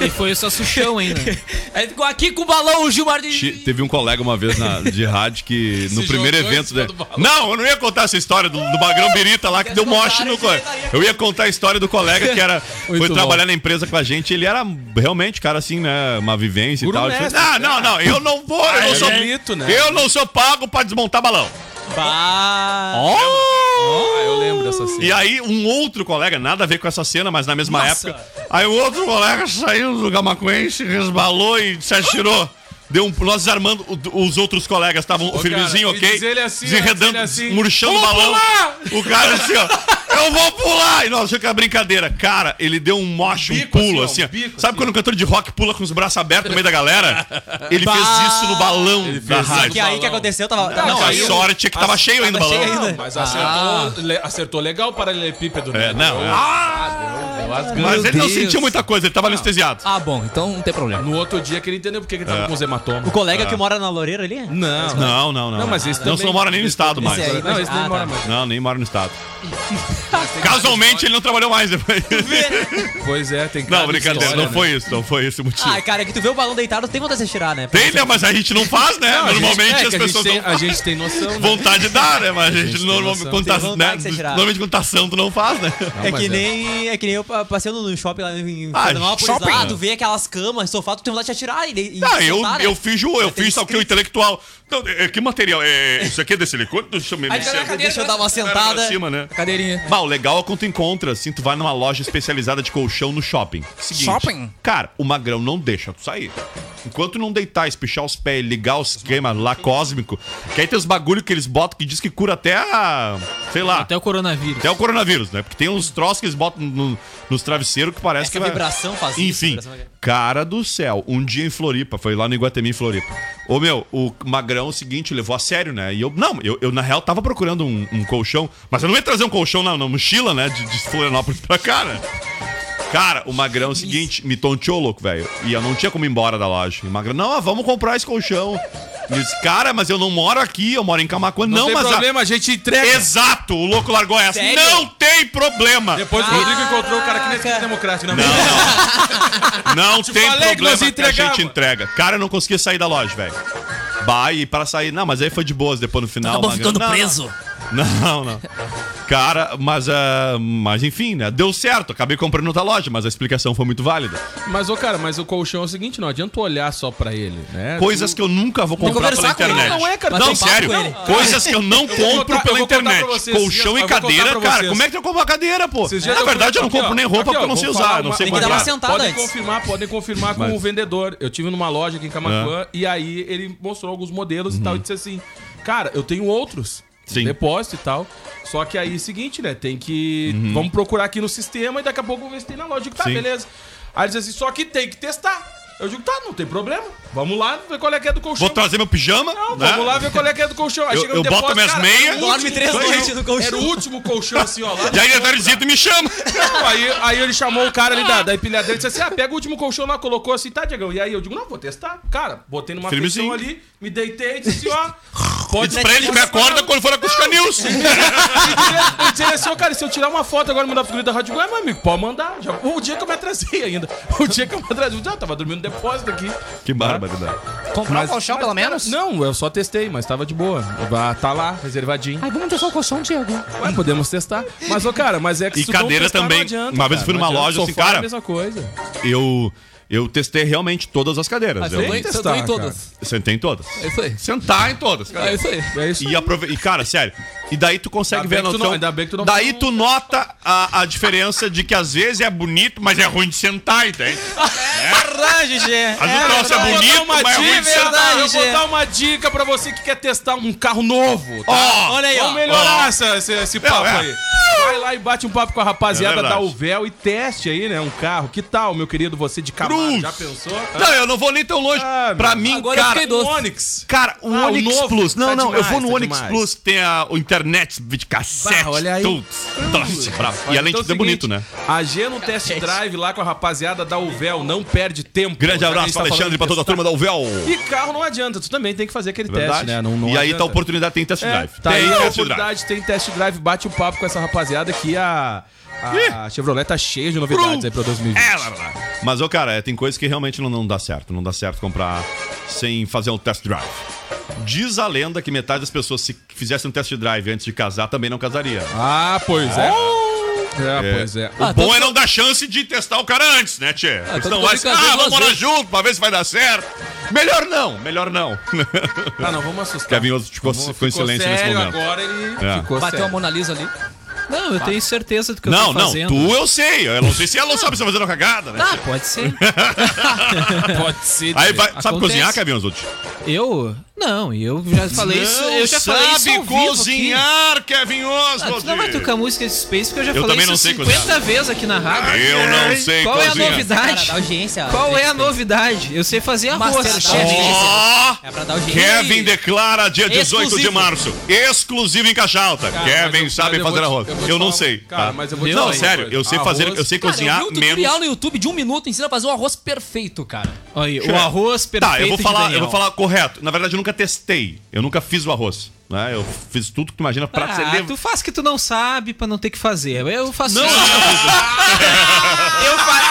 Speaker 9: E foi o salsichão
Speaker 8: né?
Speaker 9: ainda.
Speaker 14: Aí ficou aqui com o balão, o Gilmar de...
Speaker 4: Ti- Teve um colega uma vez na, de rádio que no
Speaker 14: Se
Speaker 4: primeiro
Speaker 14: jogou em
Speaker 4: evento.
Speaker 14: cima
Speaker 4: né?
Speaker 14: do balão.
Speaker 4: Não, eu não ia contar essa história do, do Magrão Birita lá que deu moche no colega. Eu ia contar a história do colega que era foi
Speaker 14: Muito bom.
Speaker 4: trabalhar na empresa com a gente. Ele era realmente, cara, assim, né? Uma vivência e
Speaker 8: Guru
Speaker 4: tal. Ele
Speaker 8: mestre,
Speaker 4: falou, ah, não, não, eu não vou, eu
Speaker 8: Ah,
Speaker 4: não
Speaker 8: ele
Speaker 4: sou.
Speaker 8: é mito, né?
Speaker 4: Eu não sou pago pra desmontar balão. Oh!
Speaker 8: Ah, eu lembro dessa cena.
Speaker 4: E aí, um outro colega, um nada a ver com essa cena, mas na mesma
Speaker 8: Nossa.
Speaker 4: época, Aí o outro colega saiu do Gamacuense, resbalou e se atirou. Deu um, nós desarmando o- os outros colegas, estavam o firmezinho,
Speaker 8: e
Speaker 4: ok?
Speaker 8: diz ele assim, ó,
Speaker 4: Desenredando,
Speaker 8: diz ele assim,
Speaker 4: murchando o
Speaker 8: "Eu vou
Speaker 4: balão.
Speaker 8: pular!"
Speaker 4: O cara assim, ó. Eu vou pular! E nós achamos que era brincadeira. Cara, ele deu um moche, um pulo, assim, ó. Sabe quando o cantor de rock pula com os braços abertos no meio da galera? Ele
Speaker 7: Bah!
Speaker 4: fez isso no balão
Speaker 7: Ele
Speaker 4: da
Speaker 7: fez isso
Speaker 4: rádio.
Speaker 7: no Que aí balão. que aconteceu, tava-
Speaker 4: Não,
Speaker 7: Não,
Speaker 4: a
Speaker 7: caiu.
Speaker 4: sorte é que tava
Speaker 7: As-
Speaker 4: cheio ainda o
Speaker 7: tava
Speaker 4: balão.
Speaker 7: cheio
Speaker 14: Né?
Speaker 7: ainda.
Speaker 8: Mas acertou,
Speaker 7: Ah.
Speaker 8: le- acertou legal o paralelepípedo,
Speaker 4: É, não, é.
Speaker 8: Ah, deu, deu as
Speaker 4: Mas
Speaker 8: grandes.
Speaker 4: ele não sentiu muita coisa, ele tava anestesiado.
Speaker 14: Ah, bom, então não tem problema.
Speaker 8: No outro dia que ele entendeu porque que ele tava
Speaker 4: É.
Speaker 8: com os hematomas.
Speaker 4: O colega
Speaker 8: É.
Speaker 4: que
Speaker 7: Mora na Loureira ali?
Speaker 8: Não,
Speaker 4: Não, não, não.
Speaker 8: Não, mas esse
Speaker 4: não,
Speaker 8: também-
Speaker 4: não mora nem no estado
Speaker 8: esse
Speaker 4: mais.
Speaker 8: aí, Não, esse nem ah, mora tá. mais.
Speaker 4: Não, nem mora no estado.
Speaker 7: Ah,
Speaker 14: Tá.
Speaker 4: Casualmente ele não trabalhou mais depois.
Speaker 8: Pois é, tem que
Speaker 4: Não, brincadeira, não foi isso, não foi esse o motivo.
Speaker 7: né? Ah, cara, é que tu vê o balão deitado, tem vontade de se tirar, né?
Speaker 4: Tem, né? Mas a gente não faz, né?
Speaker 7: Não, a gente-
Speaker 4: normalmente
Speaker 7: é
Speaker 4: as
Speaker 7: que a gente
Speaker 4: pessoas
Speaker 7: tem-
Speaker 4: não
Speaker 7: a gente tem noção, né?
Speaker 4: Vontade de dar, né? Mas a gente,
Speaker 7: tem
Speaker 4: normalmente
Speaker 7: noção.
Speaker 4: quando
Speaker 7: Tem
Speaker 4: tá,
Speaker 7: vontade
Speaker 4: né?
Speaker 7: de ser tirado.
Speaker 4: Normalmente quando tá santo não faz, né?
Speaker 7: é, que nem, é que nem eu pa- passeando no shopping lá em
Speaker 4: Ah,
Speaker 7: Florianópolis,
Speaker 4: shopping.
Speaker 7: lá, tu vê aquelas camas, sofá, tu tem vontade de te atirar e, e
Speaker 4: Ah, eu,
Speaker 7: soltar, né?
Speaker 4: eu fiz o eu fiz sabe o que o intelectual. Então, é, que material? É, isso aqui é de silicone? Deixa eu me
Speaker 7: Aí,
Speaker 4: me-
Speaker 7: cara,
Speaker 4: me-
Speaker 7: deixa eu dar uma
Speaker 4: Cara,
Speaker 7: sentada.
Speaker 4: pra Cima, né?
Speaker 14: Cadeirinha.
Speaker 4: Bah, o legal é quando tu encontra, assim, tu vai numa loja especializada de colchão no shopping. Seguinte,
Speaker 14: Shopping?
Speaker 4: Cara, o magrão não deixa tu sair. Enquanto tu não deitar, espichar os pés, ligar os esquemas lá cósmico, que aí tem os bagulho que eles botam que diz que cura até a. sei lá. Até
Speaker 9: o coronavírus.
Speaker 4: Até o coronavírus, né? Porque tem uns troços que eles botam no- nos travesseiros que parece
Speaker 7: Essa
Speaker 4: que. vai-
Speaker 7: vibração faz isso,
Speaker 4: Enfim,
Speaker 7: vibração né? vai-
Speaker 4: Cara do céu, um dia em Floripa, foi lá no Iguatemi, Floripa. Ô meu, o Magrão, o seguinte, levou a sério, né? E eu, não, eu, eu, na real tava procurando um, um colchão, mas eu não ia trazer um colchão na, na mochila, né? De, de Florianópolis pra cá, né? Cara, o Magrão, é o seguinte, me tonteou louco, velho. E eu não tinha como ir embora da loja. E o Magrão, não, ah, vamos comprar esse colchão. E eu disse, cara, mas eu não moro aqui, eu moro em Camacuã. Não,
Speaker 8: tem
Speaker 4: mas.
Speaker 8: problema, a gente entrega.
Speaker 4: Exato, o louco largou essa.
Speaker 8: Sério?
Speaker 4: Não tem problema.
Speaker 8: Depois o Rodrigo encontrou o Ah, cara que nem esquerda democrática, né?
Speaker 4: Não
Speaker 8: Te
Speaker 4: tem
Speaker 8: falei que
Speaker 4: problema
Speaker 8: nós
Speaker 4: que, a
Speaker 8: entregava.
Speaker 4: gente entrega. Cara, eu não conseguia sair da loja, velho. Bah, e para sair. Não, mas aí foi de boas depois no final.
Speaker 17: Acabou
Speaker 4: mas-
Speaker 17: ficando
Speaker 4: não,
Speaker 17: preso.
Speaker 4: Não, não. não. Cara, mas, ah, mas enfim, né? Deu certo. Acabei comprando outra loja, mas a explicação foi muito válida.
Speaker 8: Mas, ô, cara, mas o colchão é o seguinte, não adianta olhar só pra ele, né?
Speaker 4: Coisas que eu nunca vou comprar pela internet.
Speaker 8: Não, não é, cara.
Speaker 4: Não,
Speaker 8: tem papo
Speaker 4: sério.
Speaker 8: com ele.
Speaker 4: Coisas que eu não
Speaker 8: Eu vou
Speaker 4: compro
Speaker 8: contar- eu
Speaker 4: pela
Speaker 8: vou contar pra
Speaker 4: internet.
Speaker 8: vocês,
Speaker 4: Colchão
Speaker 8: eu
Speaker 4: e
Speaker 8: vou contar
Speaker 4: cadeira,
Speaker 8: pra
Speaker 4: cara.
Speaker 8: vocês.
Speaker 4: Como é que eu compro a cadeira, pô?
Speaker 8: Esses dias
Speaker 4: Na
Speaker 8: eu
Speaker 4: verdade, eu não
Speaker 8: fui-
Speaker 4: compro
Speaker 8: aqui,
Speaker 4: nem
Speaker 8: ó,
Speaker 4: roupa
Speaker 8: aqui, ó,
Speaker 4: porque eu não sei
Speaker 8: vou falar
Speaker 4: usar. Não
Speaker 8: uma-
Speaker 4: sei
Speaker 8: Tem que dar
Speaker 4: comprar.
Speaker 8: uma sentada Podem antes. confirmar, podem confirmar com
Speaker 4: Mas-
Speaker 8: o vendedor. Eu tive numa loja aqui em Camacuã e aí ele mostrou alguns modelos e
Speaker 4: Uhum.
Speaker 8: tal e disse assim: "Cara, eu tenho outros." Depósito e tal. Só que aí é o seguinte, né? Tem que. Vamos procurar aqui no sistema e daqui a pouco eu vou ver se tem na loja. Eu digo, tá,
Speaker 4: Uhum. Sim.
Speaker 8: beleza. Aí ele diz assim: só que tem que testar. Eu digo, tá, não tem problema. Vamos lá ver qual é que é do colchão.
Speaker 4: Vou trazer meu pijama.
Speaker 8: Não,
Speaker 4: né?
Speaker 8: vamos lá ver qual é que é do colchão. Aí
Speaker 4: Eu-
Speaker 8: chega no
Speaker 4: eu boto
Speaker 8: depósito,
Speaker 4: minhas
Speaker 8: cara,
Speaker 4: meias.
Speaker 8: era o
Speaker 4: Dorme
Speaker 8: último
Speaker 4: três noites
Speaker 8: colchão.
Speaker 4: no colchão.
Speaker 8: Era o último colchão, assim, ó. Lá
Speaker 4: E aí, Natarzinho, me chama.
Speaker 8: Não, aí, aí ele chamou o cara ali da, da empilhadeira e disse assim: ah, pega o último colchão lá, colocou assim, tá, Diagão? E aí eu digo: não, vou testar. Cara, botei numa
Speaker 4: Firmezinho.
Speaker 8: pressão ali, me deitei e disse assim: ó.
Speaker 4: Pode pra ele, me acorda quando for a Cusca News.
Speaker 8: Eu disse assim, ó, cara, se eu tirar uma foto agora e mandar pro grupo da rádio, eu digo, é, meu amigo, pode mandar. Já, o dia que eu me atrasei ainda. O dia que eu me atrasei. Eu disse, ah, tava dormindo no depósito aqui.
Speaker 4: Que barbaridade.
Speaker 8: Comprar
Speaker 13: um colchão, pelo menos?
Speaker 8: Não, eu só testei, mas tava de boa. Vá- Tá lá, reservadinho.
Speaker 13: Aí vamos testar o colchão, Diego.
Speaker 8: Ué, podemos testar. Mas, ô, cara, mas é que
Speaker 4: E
Speaker 8: se tu não
Speaker 4: cadeira
Speaker 8: testar,
Speaker 4: também.
Speaker 8: não adianta,
Speaker 4: Uma vez eu fui
Speaker 8: cara,
Speaker 4: numa
Speaker 8: não adianta.
Speaker 4: loja, assim,
Speaker 8: Sofá é
Speaker 4: cara,
Speaker 8: a mesma coisa.
Speaker 4: Eu, eu testei realmente todas as cadeiras.
Speaker 8: Ah,
Speaker 4: eu
Speaker 8: tem que testar, Sentou em cara. todas.
Speaker 4: Sentei em todas.
Speaker 8: É isso aí.
Speaker 4: Sentar em todas, cara.
Speaker 8: É isso aí. É isso
Speaker 4: e, aprove- e, cara, sério. E daí tu consegue
Speaker 8: Ainda
Speaker 4: ver a
Speaker 8: bem que tu
Speaker 4: noção.
Speaker 8: não- ainda bem que tu não-
Speaker 4: daí tu nota a, a diferença de que às vezes é bonito, mas é ruim de sentar, entende?
Speaker 7: Verdade, Gê.
Speaker 4: Mas o troço é
Speaker 8: eu vou dar
Speaker 4: bonito,
Speaker 8: uma
Speaker 4: mas é ruim de
Speaker 8: dica,
Speaker 4: sentar.
Speaker 8: Eu vou dar uma dica pra você que quer testar um carro novo. tá?
Speaker 4: Ó,
Speaker 8: Olha aí,
Speaker 4: ó.
Speaker 8: Vamos melhorar
Speaker 4: Ó.
Speaker 8: essa- esse, esse
Speaker 4: Não,
Speaker 8: papo
Speaker 4: é.
Speaker 8: aí. Vai lá e bate um papo com a
Speaker 4: É
Speaker 8: rapaziada,
Speaker 4: verdade.
Speaker 8: dá o véu e teste aí, né? Um carro. Que tal, meu querido, você de Camaro?
Speaker 4: Cruz.
Speaker 8: Já pensou?
Speaker 4: Não, eu não vou nem tão longe. pra mim,
Speaker 8: Agora eu
Speaker 4: cara.
Speaker 8: fiquei doce. Onix.
Speaker 4: Cara, o
Speaker 8: Ah, o
Speaker 4: Onix
Speaker 8: novo.
Speaker 4: Plus. Não,
Speaker 8: Tá
Speaker 4: não, eu
Speaker 8: demais,
Speaker 4: vou no
Speaker 8: tá
Speaker 4: Onix
Speaker 8: demais.
Speaker 4: Plus, tem a, o internet, videocassete,
Speaker 8: Bah, olha aí.
Speaker 4: tudo. Nossa, bravo. E além
Speaker 8: Então
Speaker 4: de tudo, é
Speaker 8: seguinte,
Speaker 4: bonito, né? É
Speaker 8: A G no test drive lá com a rapaziada da Uvel, não perde tempo.
Speaker 4: Grande
Speaker 8: Já que a gente
Speaker 4: abraço,
Speaker 8: tá
Speaker 4: Alexandre,
Speaker 8: falando
Speaker 4: pra toda a
Speaker 8: testar.
Speaker 4: turma da Uvel.
Speaker 8: E carro não adianta, tu também tem que fazer aquele teste, né? Não, não
Speaker 4: e aí tá
Speaker 8: adianta.
Speaker 4: a oportunidade, tem test drive.
Speaker 8: É, tá
Speaker 4: tem
Speaker 8: aí a
Speaker 4: test drive.
Speaker 8: oportunidade, tem test drive, bate um papo com essa rapaziada que a, a Chevrolet tá cheia de novidades aí pra 2020.
Speaker 4: É, lá, lá, lá. Mas, ô, cara, é, tem coisas que realmente não, não dá certo. Não dá certo comprar sem fazer um test drive. Diz a lenda que metade das pessoas, se fizessem um test drive antes de casar, também não casaria.
Speaker 8: Ah, pois é. É,
Speaker 4: É.
Speaker 8: pois é.
Speaker 9: Ah,
Speaker 4: O bom é não dar chance de testar o cara antes, né, Tchê?
Speaker 8: tanto
Speaker 4: Senão
Speaker 8: que
Speaker 4: vai
Speaker 8: eu
Speaker 4: ser,
Speaker 8: me casei
Speaker 4: ah, vamos
Speaker 8: duas
Speaker 4: morar
Speaker 8: vezes."
Speaker 4: junto pra ver se vai dar certo. Melhor não, melhor não.
Speaker 8: Ah, não, vamos assustar.
Speaker 4: Kevin Oso ficou,
Speaker 8: Vamos-
Speaker 4: ficou em silêncio nesse
Speaker 8: sério
Speaker 4: momento.
Speaker 8: Agora ele
Speaker 4: É.
Speaker 8: ficou
Speaker 14: Bateu
Speaker 8: sério.
Speaker 14: a Mona Lisa ali.
Speaker 9: Não,
Speaker 7: Ah.
Speaker 9: eu tenho certeza do que eu
Speaker 4: Não,
Speaker 9: tô
Speaker 4: não,
Speaker 9: fazendo.
Speaker 4: tu eu sei. Eu não sei se ela sabe se tá fazendo uma cagada, né?
Speaker 9: Ah, pode ser.
Speaker 4: pode ser. Aí vai, sabe
Speaker 9: Acontece.
Speaker 4: cozinhar, Caminhão Zotti?
Speaker 9: Eu? Não, eu já falei isso. Eu já falei isso.
Speaker 4: sabe
Speaker 9: ao vivo aqui.
Speaker 4: cozinhar, Kevin
Speaker 9: Ah, tu
Speaker 4: Oswald.
Speaker 9: não vai tocar música de Space porque eu já
Speaker 4: Eu
Speaker 9: falei
Speaker 4: também
Speaker 9: isso
Speaker 4: não sei
Speaker 9: 50
Speaker 4: cozinhar.
Speaker 9: vezes aqui na rádio.
Speaker 4: Eu não sei
Speaker 9: Qual é
Speaker 4: cozinhar.
Speaker 9: a novidade?
Speaker 7: Cara, da audiência,
Speaker 9: Qual é
Speaker 7: audiência.
Speaker 9: a novidade? Eu sei fazer arroz.
Speaker 7: Masterchef.
Speaker 4: Ó,
Speaker 7: É pra dar audiência.
Speaker 4: Kevin declara dia 18 de
Speaker 8: Exclusivo.
Speaker 4: março. Exclusivo em Caixa Alta.
Speaker 8: Cara,
Speaker 4: Kevin
Speaker 8: mas eu-
Speaker 4: sabe
Speaker 8: mas eu
Speaker 4: fazer
Speaker 8: vou
Speaker 4: arroz.
Speaker 8: te- eu
Speaker 4: Eu,
Speaker 8: vou te
Speaker 4: não
Speaker 8: falar- um-
Speaker 4: sei.
Speaker 8: cara,
Speaker 4: tá?
Speaker 8: mas eu vou te
Speaker 4: Não,
Speaker 8: falar uma
Speaker 4: sério,
Speaker 8: coisa.
Speaker 4: eu sei
Speaker 8: Arroz-
Speaker 4: fazer, eu sei
Speaker 8: Cara,
Speaker 4: cozinhar
Speaker 14: eu vi um
Speaker 4: menos.
Speaker 14: tutorial no YouTube de um minuto, ensina a fazer um arroz perfeito, cara.
Speaker 9: Aí,
Speaker 4: Chefe,
Speaker 9: o arroz
Speaker 8: é
Speaker 9: perfeito.
Speaker 4: Tá, eu vou
Speaker 9: de
Speaker 4: falar, eu
Speaker 9: Daniel.
Speaker 4: vou falar correto. Na verdade, eu nunca testei. Eu nunca fiz o arroz. Né? Eu fiz tudo que tu imagina pra ser
Speaker 9: Ah,
Speaker 4: levo.
Speaker 9: tu faz que tu não sabe pra não ter que fazer. Eu faço isso. eu, fa-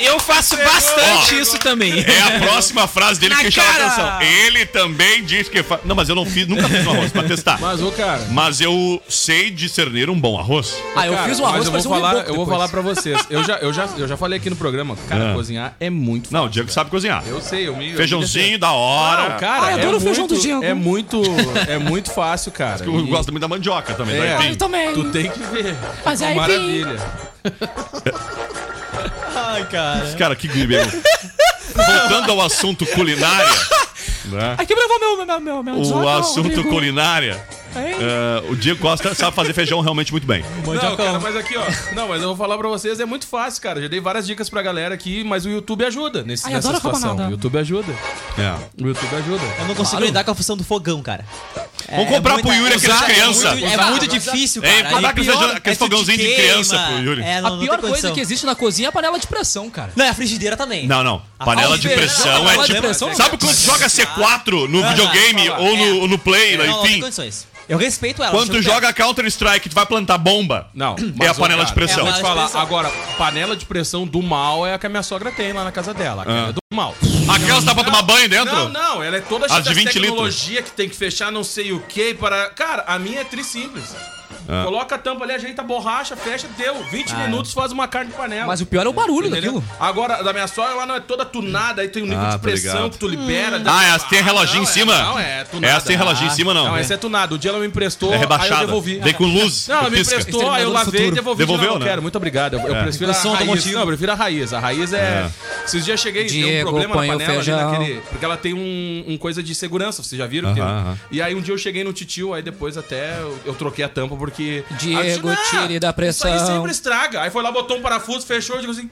Speaker 9: eu- eu faço bastante isso também.
Speaker 4: É a próxima frase dele
Speaker 9: Na
Speaker 4: que chama
Speaker 9: cara.
Speaker 4: atenção. Ele também diz que faz. Não, mas eu não fiz, nunca fiz um arroz pra testar.
Speaker 8: Mas, ô, cara.
Speaker 4: Mas eu sei discernir um bom arroz.
Speaker 14: Ah, eu
Speaker 8: Cara,
Speaker 14: fiz um arroz,
Speaker 8: mas eu
Speaker 14: parecia um
Speaker 8: vou falar,
Speaker 14: reboco
Speaker 8: Eu vou
Speaker 14: depois.
Speaker 8: falar pra vocês. Eu já, eu, já, eu já falei aqui no programa, cara,
Speaker 4: Ah.
Speaker 8: cozinhar é muito
Speaker 4: Não, o Diego sabe cozinhar.
Speaker 8: Eu sei, eu me.
Speaker 4: Feijãozinho da hora.
Speaker 8: Não, cara,
Speaker 14: Ah, eu
Speaker 8: é
Speaker 14: adoro o
Speaker 8: muito,
Speaker 14: feijão do Diego.
Speaker 8: É muito, é muito fácil, cara.
Speaker 4: Eu gosto muito da mandioca também.
Speaker 8: É.
Speaker 4: né?
Speaker 8: Ah, eu
Speaker 13: também.
Speaker 8: Tu tem que ver.
Speaker 13: Mas aí,
Speaker 8: Maravilha.
Speaker 7: Ai, cara.
Speaker 4: Cara, que gribe. hein? Voltando ao assunto culinária. né?
Speaker 14: É
Speaker 13: Aqui levou meu, meu, meu, meu
Speaker 4: O
Speaker 9: tá
Speaker 13: desordem,
Speaker 4: assunto
Speaker 13: Rodrigo.
Speaker 4: culinária.
Speaker 13: Hein?
Speaker 4: eh, o Diego Costa sabe fazer feijão realmente muito bem.
Speaker 8: Não, cara, mas aqui, ó. Não, mas eu vou falar pra vocês, é muito fácil, cara. Já dei várias dicas pra galera aqui, mas o YouTube ajuda nesse,
Speaker 13: Ai,
Speaker 8: nessa
Speaker 13: adoro
Speaker 8: situação.
Speaker 13: rabanada.
Speaker 8: O YouTube ajuda.
Speaker 4: É.
Speaker 8: O YouTube ajuda.
Speaker 7: Eu não consigo lidar com a função do fogão, cara.
Speaker 4: É, Vamos comprar
Speaker 8: é
Speaker 4: pro Yuri aqueles criança.
Speaker 7: É muito, é muito difícil, cara.
Speaker 4: Ei, comprar
Speaker 7: E
Speaker 4: aqueles-
Speaker 7: pior,
Speaker 4: aqueles
Speaker 7: é tu te
Speaker 4: fogãozinho de criança
Speaker 7: queima.
Speaker 4: pro Yuri.
Speaker 7: É, não,
Speaker 14: a pior
Speaker 7: não tem
Speaker 14: coisa
Speaker 7: condição.
Speaker 14: que existe na cozinha é a panela de pressão, cara.
Speaker 7: Não, é a frigideira também.
Speaker 4: Não, não. Panela de
Speaker 7: Ah, o
Speaker 4: pressão
Speaker 7: Fernando,
Speaker 4: é
Speaker 7: panela de
Speaker 4: tipo.
Speaker 7: pressão?
Speaker 4: Sabe quando tu joga C4 no
Speaker 7: Não,
Speaker 4: videogame
Speaker 7: não, não,
Speaker 4: ou
Speaker 7: é.
Speaker 4: no, ou no play,
Speaker 7: não, não tem
Speaker 4: enfim?
Speaker 7: condições. Eu respeito ela.
Speaker 4: Quando tu
Speaker 7: eu
Speaker 4: joga Counter-Strike, tu vai plantar bomba.
Speaker 8: Não,
Speaker 4: É a
Speaker 8: mas, ô,
Speaker 4: panela de
Speaker 8: cara,
Speaker 4: pressão.
Speaker 8: Vou
Speaker 7: Panela
Speaker 8: te
Speaker 7: de
Speaker 8: falar,
Speaker 7: pressão.
Speaker 8: agora, panela de pressão do mal é a que a minha sogra tem lá na casa dela. Aquela
Speaker 4: Ah.
Speaker 8: é do mal.
Speaker 4: Aquelas dá tá pra tomar banho dentro?
Speaker 8: Não, não, ela é toda
Speaker 4: As
Speaker 8: cheia
Speaker 4: de
Speaker 8: de
Speaker 4: 20
Speaker 8: tecnologia que tem que fechar não sei o que para. Cara, a minha é tri simples.
Speaker 4: Ah.
Speaker 8: Coloca a tampa ali, ajeita a borracha, fecha, deu. 20 minutos faz uma carne de panela.
Speaker 14: Ah. Mas o pior é o barulho
Speaker 8: Entendeu?
Speaker 14: daquilo.
Speaker 8: Agora, da minha sogra, ela não é toda tunada, aí tem um nível
Speaker 4: Ah,
Speaker 8: de
Speaker 4: tô
Speaker 8: pressão
Speaker 4: ligado.
Speaker 8: que tu libera.
Speaker 4: Ah, é as que tem reloginho
Speaker 8: não,
Speaker 4: em cima?
Speaker 8: É, não, é tunada.
Speaker 4: Essa tem reloginho em cima, não.
Speaker 8: Não, essa é tunada. O dia ela me emprestou,
Speaker 4: É
Speaker 8: aí
Speaker 4: rebaixada.
Speaker 8: eu devolvi. Ah,
Speaker 4: Vem com luz.
Speaker 8: Não, ela me
Speaker 4: pisca.
Speaker 8: emprestou, aí eu lavei e
Speaker 14: futuro.
Speaker 8: devolvi.
Speaker 4: Devolveu,
Speaker 8: não,
Speaker 4: né?
Speaker 8: eu quero, muito obrigado. Eu, eu
Speaker 4: É.
Speaker 8: prefiro a
Speaker 14: Invenção
Speaker 8: raiz.
Speaker 14: automotiva.
Speaker 8: Não, eu prefiro a raiz. A raiz é... Esses dias cheguei, deu um
Speaker 14: Diego,
Speaker 8: problema
Speaker 14: põe
Speaker 8: na
Speaker 14: o
Speaker 8: panela. ali
Speaker 14: feijão.
Speaker 8: naquele- porque ela tem um, um coisa de segurança, vocês já viram? que tem um-
Speaker 4: Aham, aham.
Speaker 8: E aí um dia eu cheguei no titio, aí depois até eu, eu troquei a tampa porque...
Speaker 14: Diego,
Speaker 8: Aí eu disse, "Ah,
Speaker 14: tire da
Speaker 8: Isso aí
Speaker 14: pressão."
Speaker 8: sempre estraga. Aí foi lá, botou um parafuso, fechou, eu digo assim...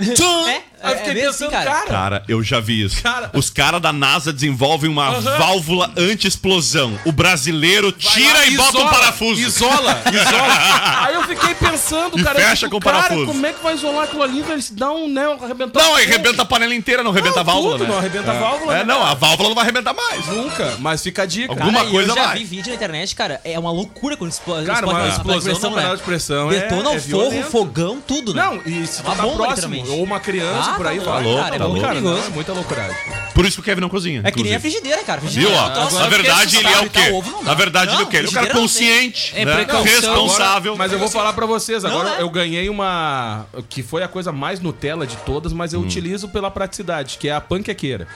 Speaker 7: É,
Speaker 8: Aí eu
Speaker 7: é
Speaker 8: fiquei
Speaker 7: bem assim,
Speaker 8: pensando,
Speaker 7: cara.
Speaker 8: cara...
Speaker 4: Cara, eu já vi isso.
Speaker 8: Cara.
Speaker 4: Os caras da NASA desenvolvem uma
Speaker 8: Aham.
Speaker 4: válvula anti-explosão. O brasileiro
Speaker 8: vai
Speaker 4: tira
Speaker 8: lá
Speaker 4: e bota um
Speaker 8: isola,
Speaker 4: parafuso.
Speaker 8: Isola, isola. Aí eu fiquei pensando,
Speaker 4: E
Speaker 8: cara. eu
Speaker 4: fecha
Speaker 8: digo,
Speaker 4: com o
Speaker 8: cara,
Speaker 4: parafuso.
Speaker 8: Como é que vai isolar aquilo ali, velho? Se dá um, né, um arrebentar.
Speaker 4: Não,
Speaker 8: um-
Speaker 4: aí arrebenta a panela inteira, não arrebenta a válvula,
Speaker 8: tudo,
Speaker 4: né?
Speaker 8: não arrebenta a
Speaker 4: É.
Speaker 8: válvula,
Speaker 4: É,
Speaker 8: né,
Speaker 4: não,
Speaker 8: cara?
Speaker 4: a válvula não vai arrebentar mais.
Speaker 8: Nunca, mas fica a dica.
Speaker 4: Alguma
Speaker 7: e
Speaker 4: coisa
Speaker 7: eu já
Speaker 4: vai.
Speaker 7: vi vídeo na internet, cara, é uma loucura quando explode.
Speaker 8: Cara,
Speaker 7: explode
Speaker 8: uma
Speaker 7: na panela
Speaker 8: explosão na panela de pressão é-
Speaker 7: Detona
Speaker 8: é
Speaker 7: o forro,
Speaker 8: violento.
Speaker 7: o fogão, tudo, né?
Speaker 8: Não, e se
Speaker 7: É
Speaker 8: tu
Speaker 7: uma
Speaker 8: tá
Speaker 7: bomba,
Speaker 8: próximo,
Speaker 7: literalmente.
Speaker 8: ou uma criança
Speaker 7: Ah,
Speaker 8: por aí,
Speaker 7: tá
Speaker 8: vai.
Speaker 4: louco,
Speaker 8: cara,
Speaker 4: tá
Speaker 8: é
Speaker 4: louco.
Speaker 8: Cara, não, é
Speaker 7: Perigoso.
Speaker 8: muita loucura.
Speaker 4: Por isso que o Kevin não cozinha.
Speaker 7: É que nem a
Speaker 4: inclusive.
Speaker 7: frigideira, cara.
Speaker 4: Viu,
Speaker 7: Frigideira,
Speaker 4: ó?
Speaker 7: é um troço-
Speaker 4: Na verdade, ele é o
Speaker 14: fritar
Speaker 4: quê?
Speaker 14: ovo não dá.
Speaker 4: Na verdade, ele é o
Speaker 7: Não,
Speaker 4: quê? Ele é um cara
Speaker 7: frigideira não tem.
Speaker 4: consciente,
Speaker 9: É
Speaker 4: né?
Speaker 9: precaução.
Speaker 4: responsável.
Speaker 8: Mas eu vou falar pra vocês, agora
Speaker 7: Não, né?
Speaker 8: eu ganhei uma. que foi a coisa mais Nutella de todas, mas eu
Speaker 7: Hum.
Speaker 8: utilizo pela praticidade, que é a panquequeira.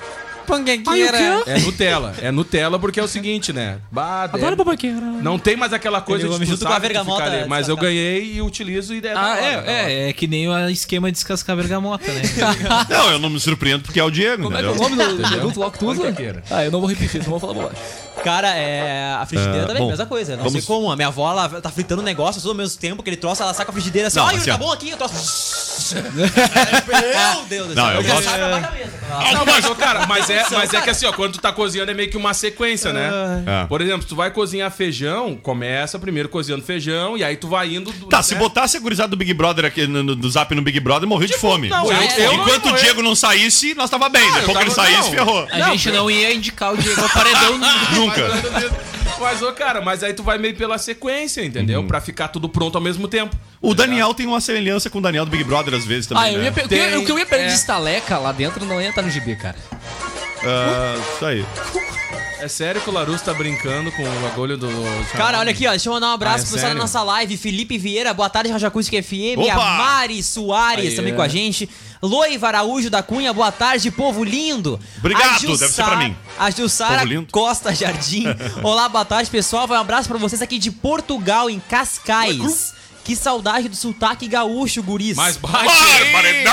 Speaker 13: Panquequeira. Ai, o quê?
Speaker 8: É Nutella. é Nutella porque é o seguinte, né? Bah, é-
Speaker 13: Adoro panquequeira.
Speaker 8: Não tem mais aquela coisa
Speaker 7: Eu
Speaker 8: de
Speaker 7: me
Speaker 8: tu
Speaker 7: junto com
Speaker 8: sabe
Speaker 7: a né, bergamota
Speaker 8: que fica ali, Mas eu
Speaker 7: descascada.
Speaker 8: ganhei e utilizo e é da
Speaker 9: Ah,
Speaker 8: hora, da hora.
Speaker 9: é, é, é que nem o esquema de descascar bergamota, né?
Speaker 4: Não, eu não me surpreendo porque é o Diego,
Speaker 14: Como é que é
Speaker 4: entendeu?
Speaker 14: o nome do do produto logo tudo?
Speaker 8: Panquequeira.
Speaker 14: Ah, eu não vou repetir, não vou falar bobagem.
Speaker 7: Cara, é. A frigideira
Speaker 4: É,
Speaker 7: também é
Speaker 4: bom,
Speaker 7: a mesma coisa. Não
Speaker 4: vamos-
Speaker 7: sei como. A minha avó, ela tá fritando um negócio tudo ao mesmo tempo, aquele troço, ela saca a frigideira assim,
Speaker 4: Não,
Speaker 7: ó, Yuri,
Speaker 4: assim, ó.
Speaker 7: tá bom aqui, o troço. Meu Deus do céu.
Speaker 4: Não, eu
Speaker 7: já
Speaker 4: gosto- é.
Speaker 7: saco abaixo da mesa.
Speaker 8: Não, mas, ô, cara, mas é, mas é que assim, ó, quando tu tá cozinhando é meio que uma sequência, né?
Speaker 4: É.
Speaker 8: Por exemplo, se tu vai cozinhar feijão, começa primeiro cozinhando feijão e aí tu vai indo. do-
Speaker 4: Tá,
Speaker 8: né?
Speaker 4: se botasse a gurizada do Big Brother aqui no, no- do zap no Big Brother, morreu de fome.
Speaker 8: não, eu-
Speaker 4: Enquanto-
Speaker 8: eu não
Speaker 4: Enquanto o
Speaker 8: ia morrer.
Speaker 4: Diego não saísse, nós tava bem. Depois
Speaker 8: eu
Speaker 4: que ele
Speaker 8: tava-
Speaker 4: saísse,
Speaker 8: não.
Speaker 4: ferrou.
Speaker 9: A gente não ia indicar o Diego ao paredão nunca.
Speaker 4: Nunca.
Speaker 8: Mas, ô, cara, mas aí tu vai meio pela sequência, entendeu?
Speaker 4: Uhum.
Speaker 8: Pra ficar tudo pronto ao mesmo tempo.
Speaker 4: O Daniel tem uma semelhança com o Daniel do Big Brother às vezes também.
Speaker 14: Ah, eu
Speaker 4: né?
Speaker 14: ia pe- o que eu ia- o que eu ia perder
Speaker 8: é.
Speaker 14: de estaleca lá dentro não ia estar no gibi, cara.
Speaker 4: Ah, isso aí.
Speaker 8: É É sério que o Larus tá brincando com o bagulho do.
Speaker 7: Cara, olha aqui, ó. Deixa eu mandar um abraço
Speaker 8: Ah, é
Speaker 7: pro pessoal da
Speaker 8: sério?
Speaker 7: nossa live. Felipe Vieira, boa tarde, Raja Acústica FM.
Speaker 8: Opa!
Speaker 7: A Mari Soares
Speaker 8: Aí,
Speaker 7: também
Speaker 8: é.
Speaker 7: com a gente. Loiva Araújo da Cunha, boa tarde, povo lindo.
Speaker 4: Obrigado,
Speaker 7: A Jussara-
Speaker 4: deve ser pra mim.
Speaker 7: A Jussara
Speaker 4: Povo lindo.
Speaker 7: Costa Jardim. Olá, boa tarde, pessoal. Vai um abraço pra vocês aqui de Portugal, em Cascais. Que saudade do sotaque gaúcho, guris.
Speaker 8: Mas
Speaker 7: Maravilhoso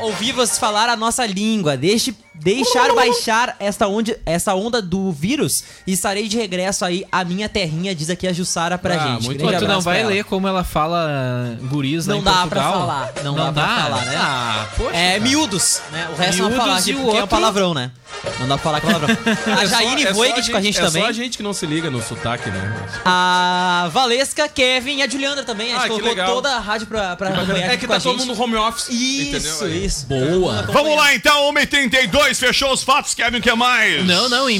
Speaker 7: ouvir-vos falar a nossa língua. Deixe, deixar baixar esta onda, essa onda do vírus e estarei de regresso aí à minha terrinha, diz aqui a Jussara pra
Speaker 9: Ah,
Speaker 7: gente.
Speaker 9: muito
Speaker 7: Grande
Speaker 9: bom. tu não
Speaker 7: abraço pra
Speaker 9: vai
Speaker 7: ela.
Speaker 9: ler como ela fala guris lá
Speaker 7: Não
Speaker 9: em
Speaker 7: dá pra
Speaker 9: Portugal?
Speaker 7: falar. Não, dá, pra falar, né?
Speaker 9: Ah, poxa.
Speaker 7: É,
Speaker 9: cara.
Speaker 7: miúdos, né? O resto não dá pra falar,
Speaker 9: Miúdos e
Speaker 7: aqui, porque
Speaker 9: o
Speaker 7: é um
Speaker 9: outro-
Speaker 7: palavrão, né? Não dá pra falar palavrão. A Jaine
Speaker 8: é só
Speaker 7: Voigt com a gente
Speaker 8: é
Speaker 7: também.
Speaker 8: só a gente que não se liga no sotaque, né?
Speaker 7: A Valesca, Kevin e a Juliandra também. A gente
Speaker 8: Ah, que
Speaker 7: colocou
Speaker 8: legal.
Speaker 7: toda a rádio pra, pra acompanhar
Speaker 8: É
Speaker 7: aqui
Speaker 8: que
Speaker 7: com
Speaker 8: tá
Speaker 7: a
Speaker 8: todo
Speaker 7: gente.
Speaker 8: mundo home office.
Speaker 7: Isso, isso.
Speaker 14: Boa.
Speaker 4: Vamos lá então, 1h32, fechou os fatos, Kevin, o que mais?
Speaker 9: Não, não, em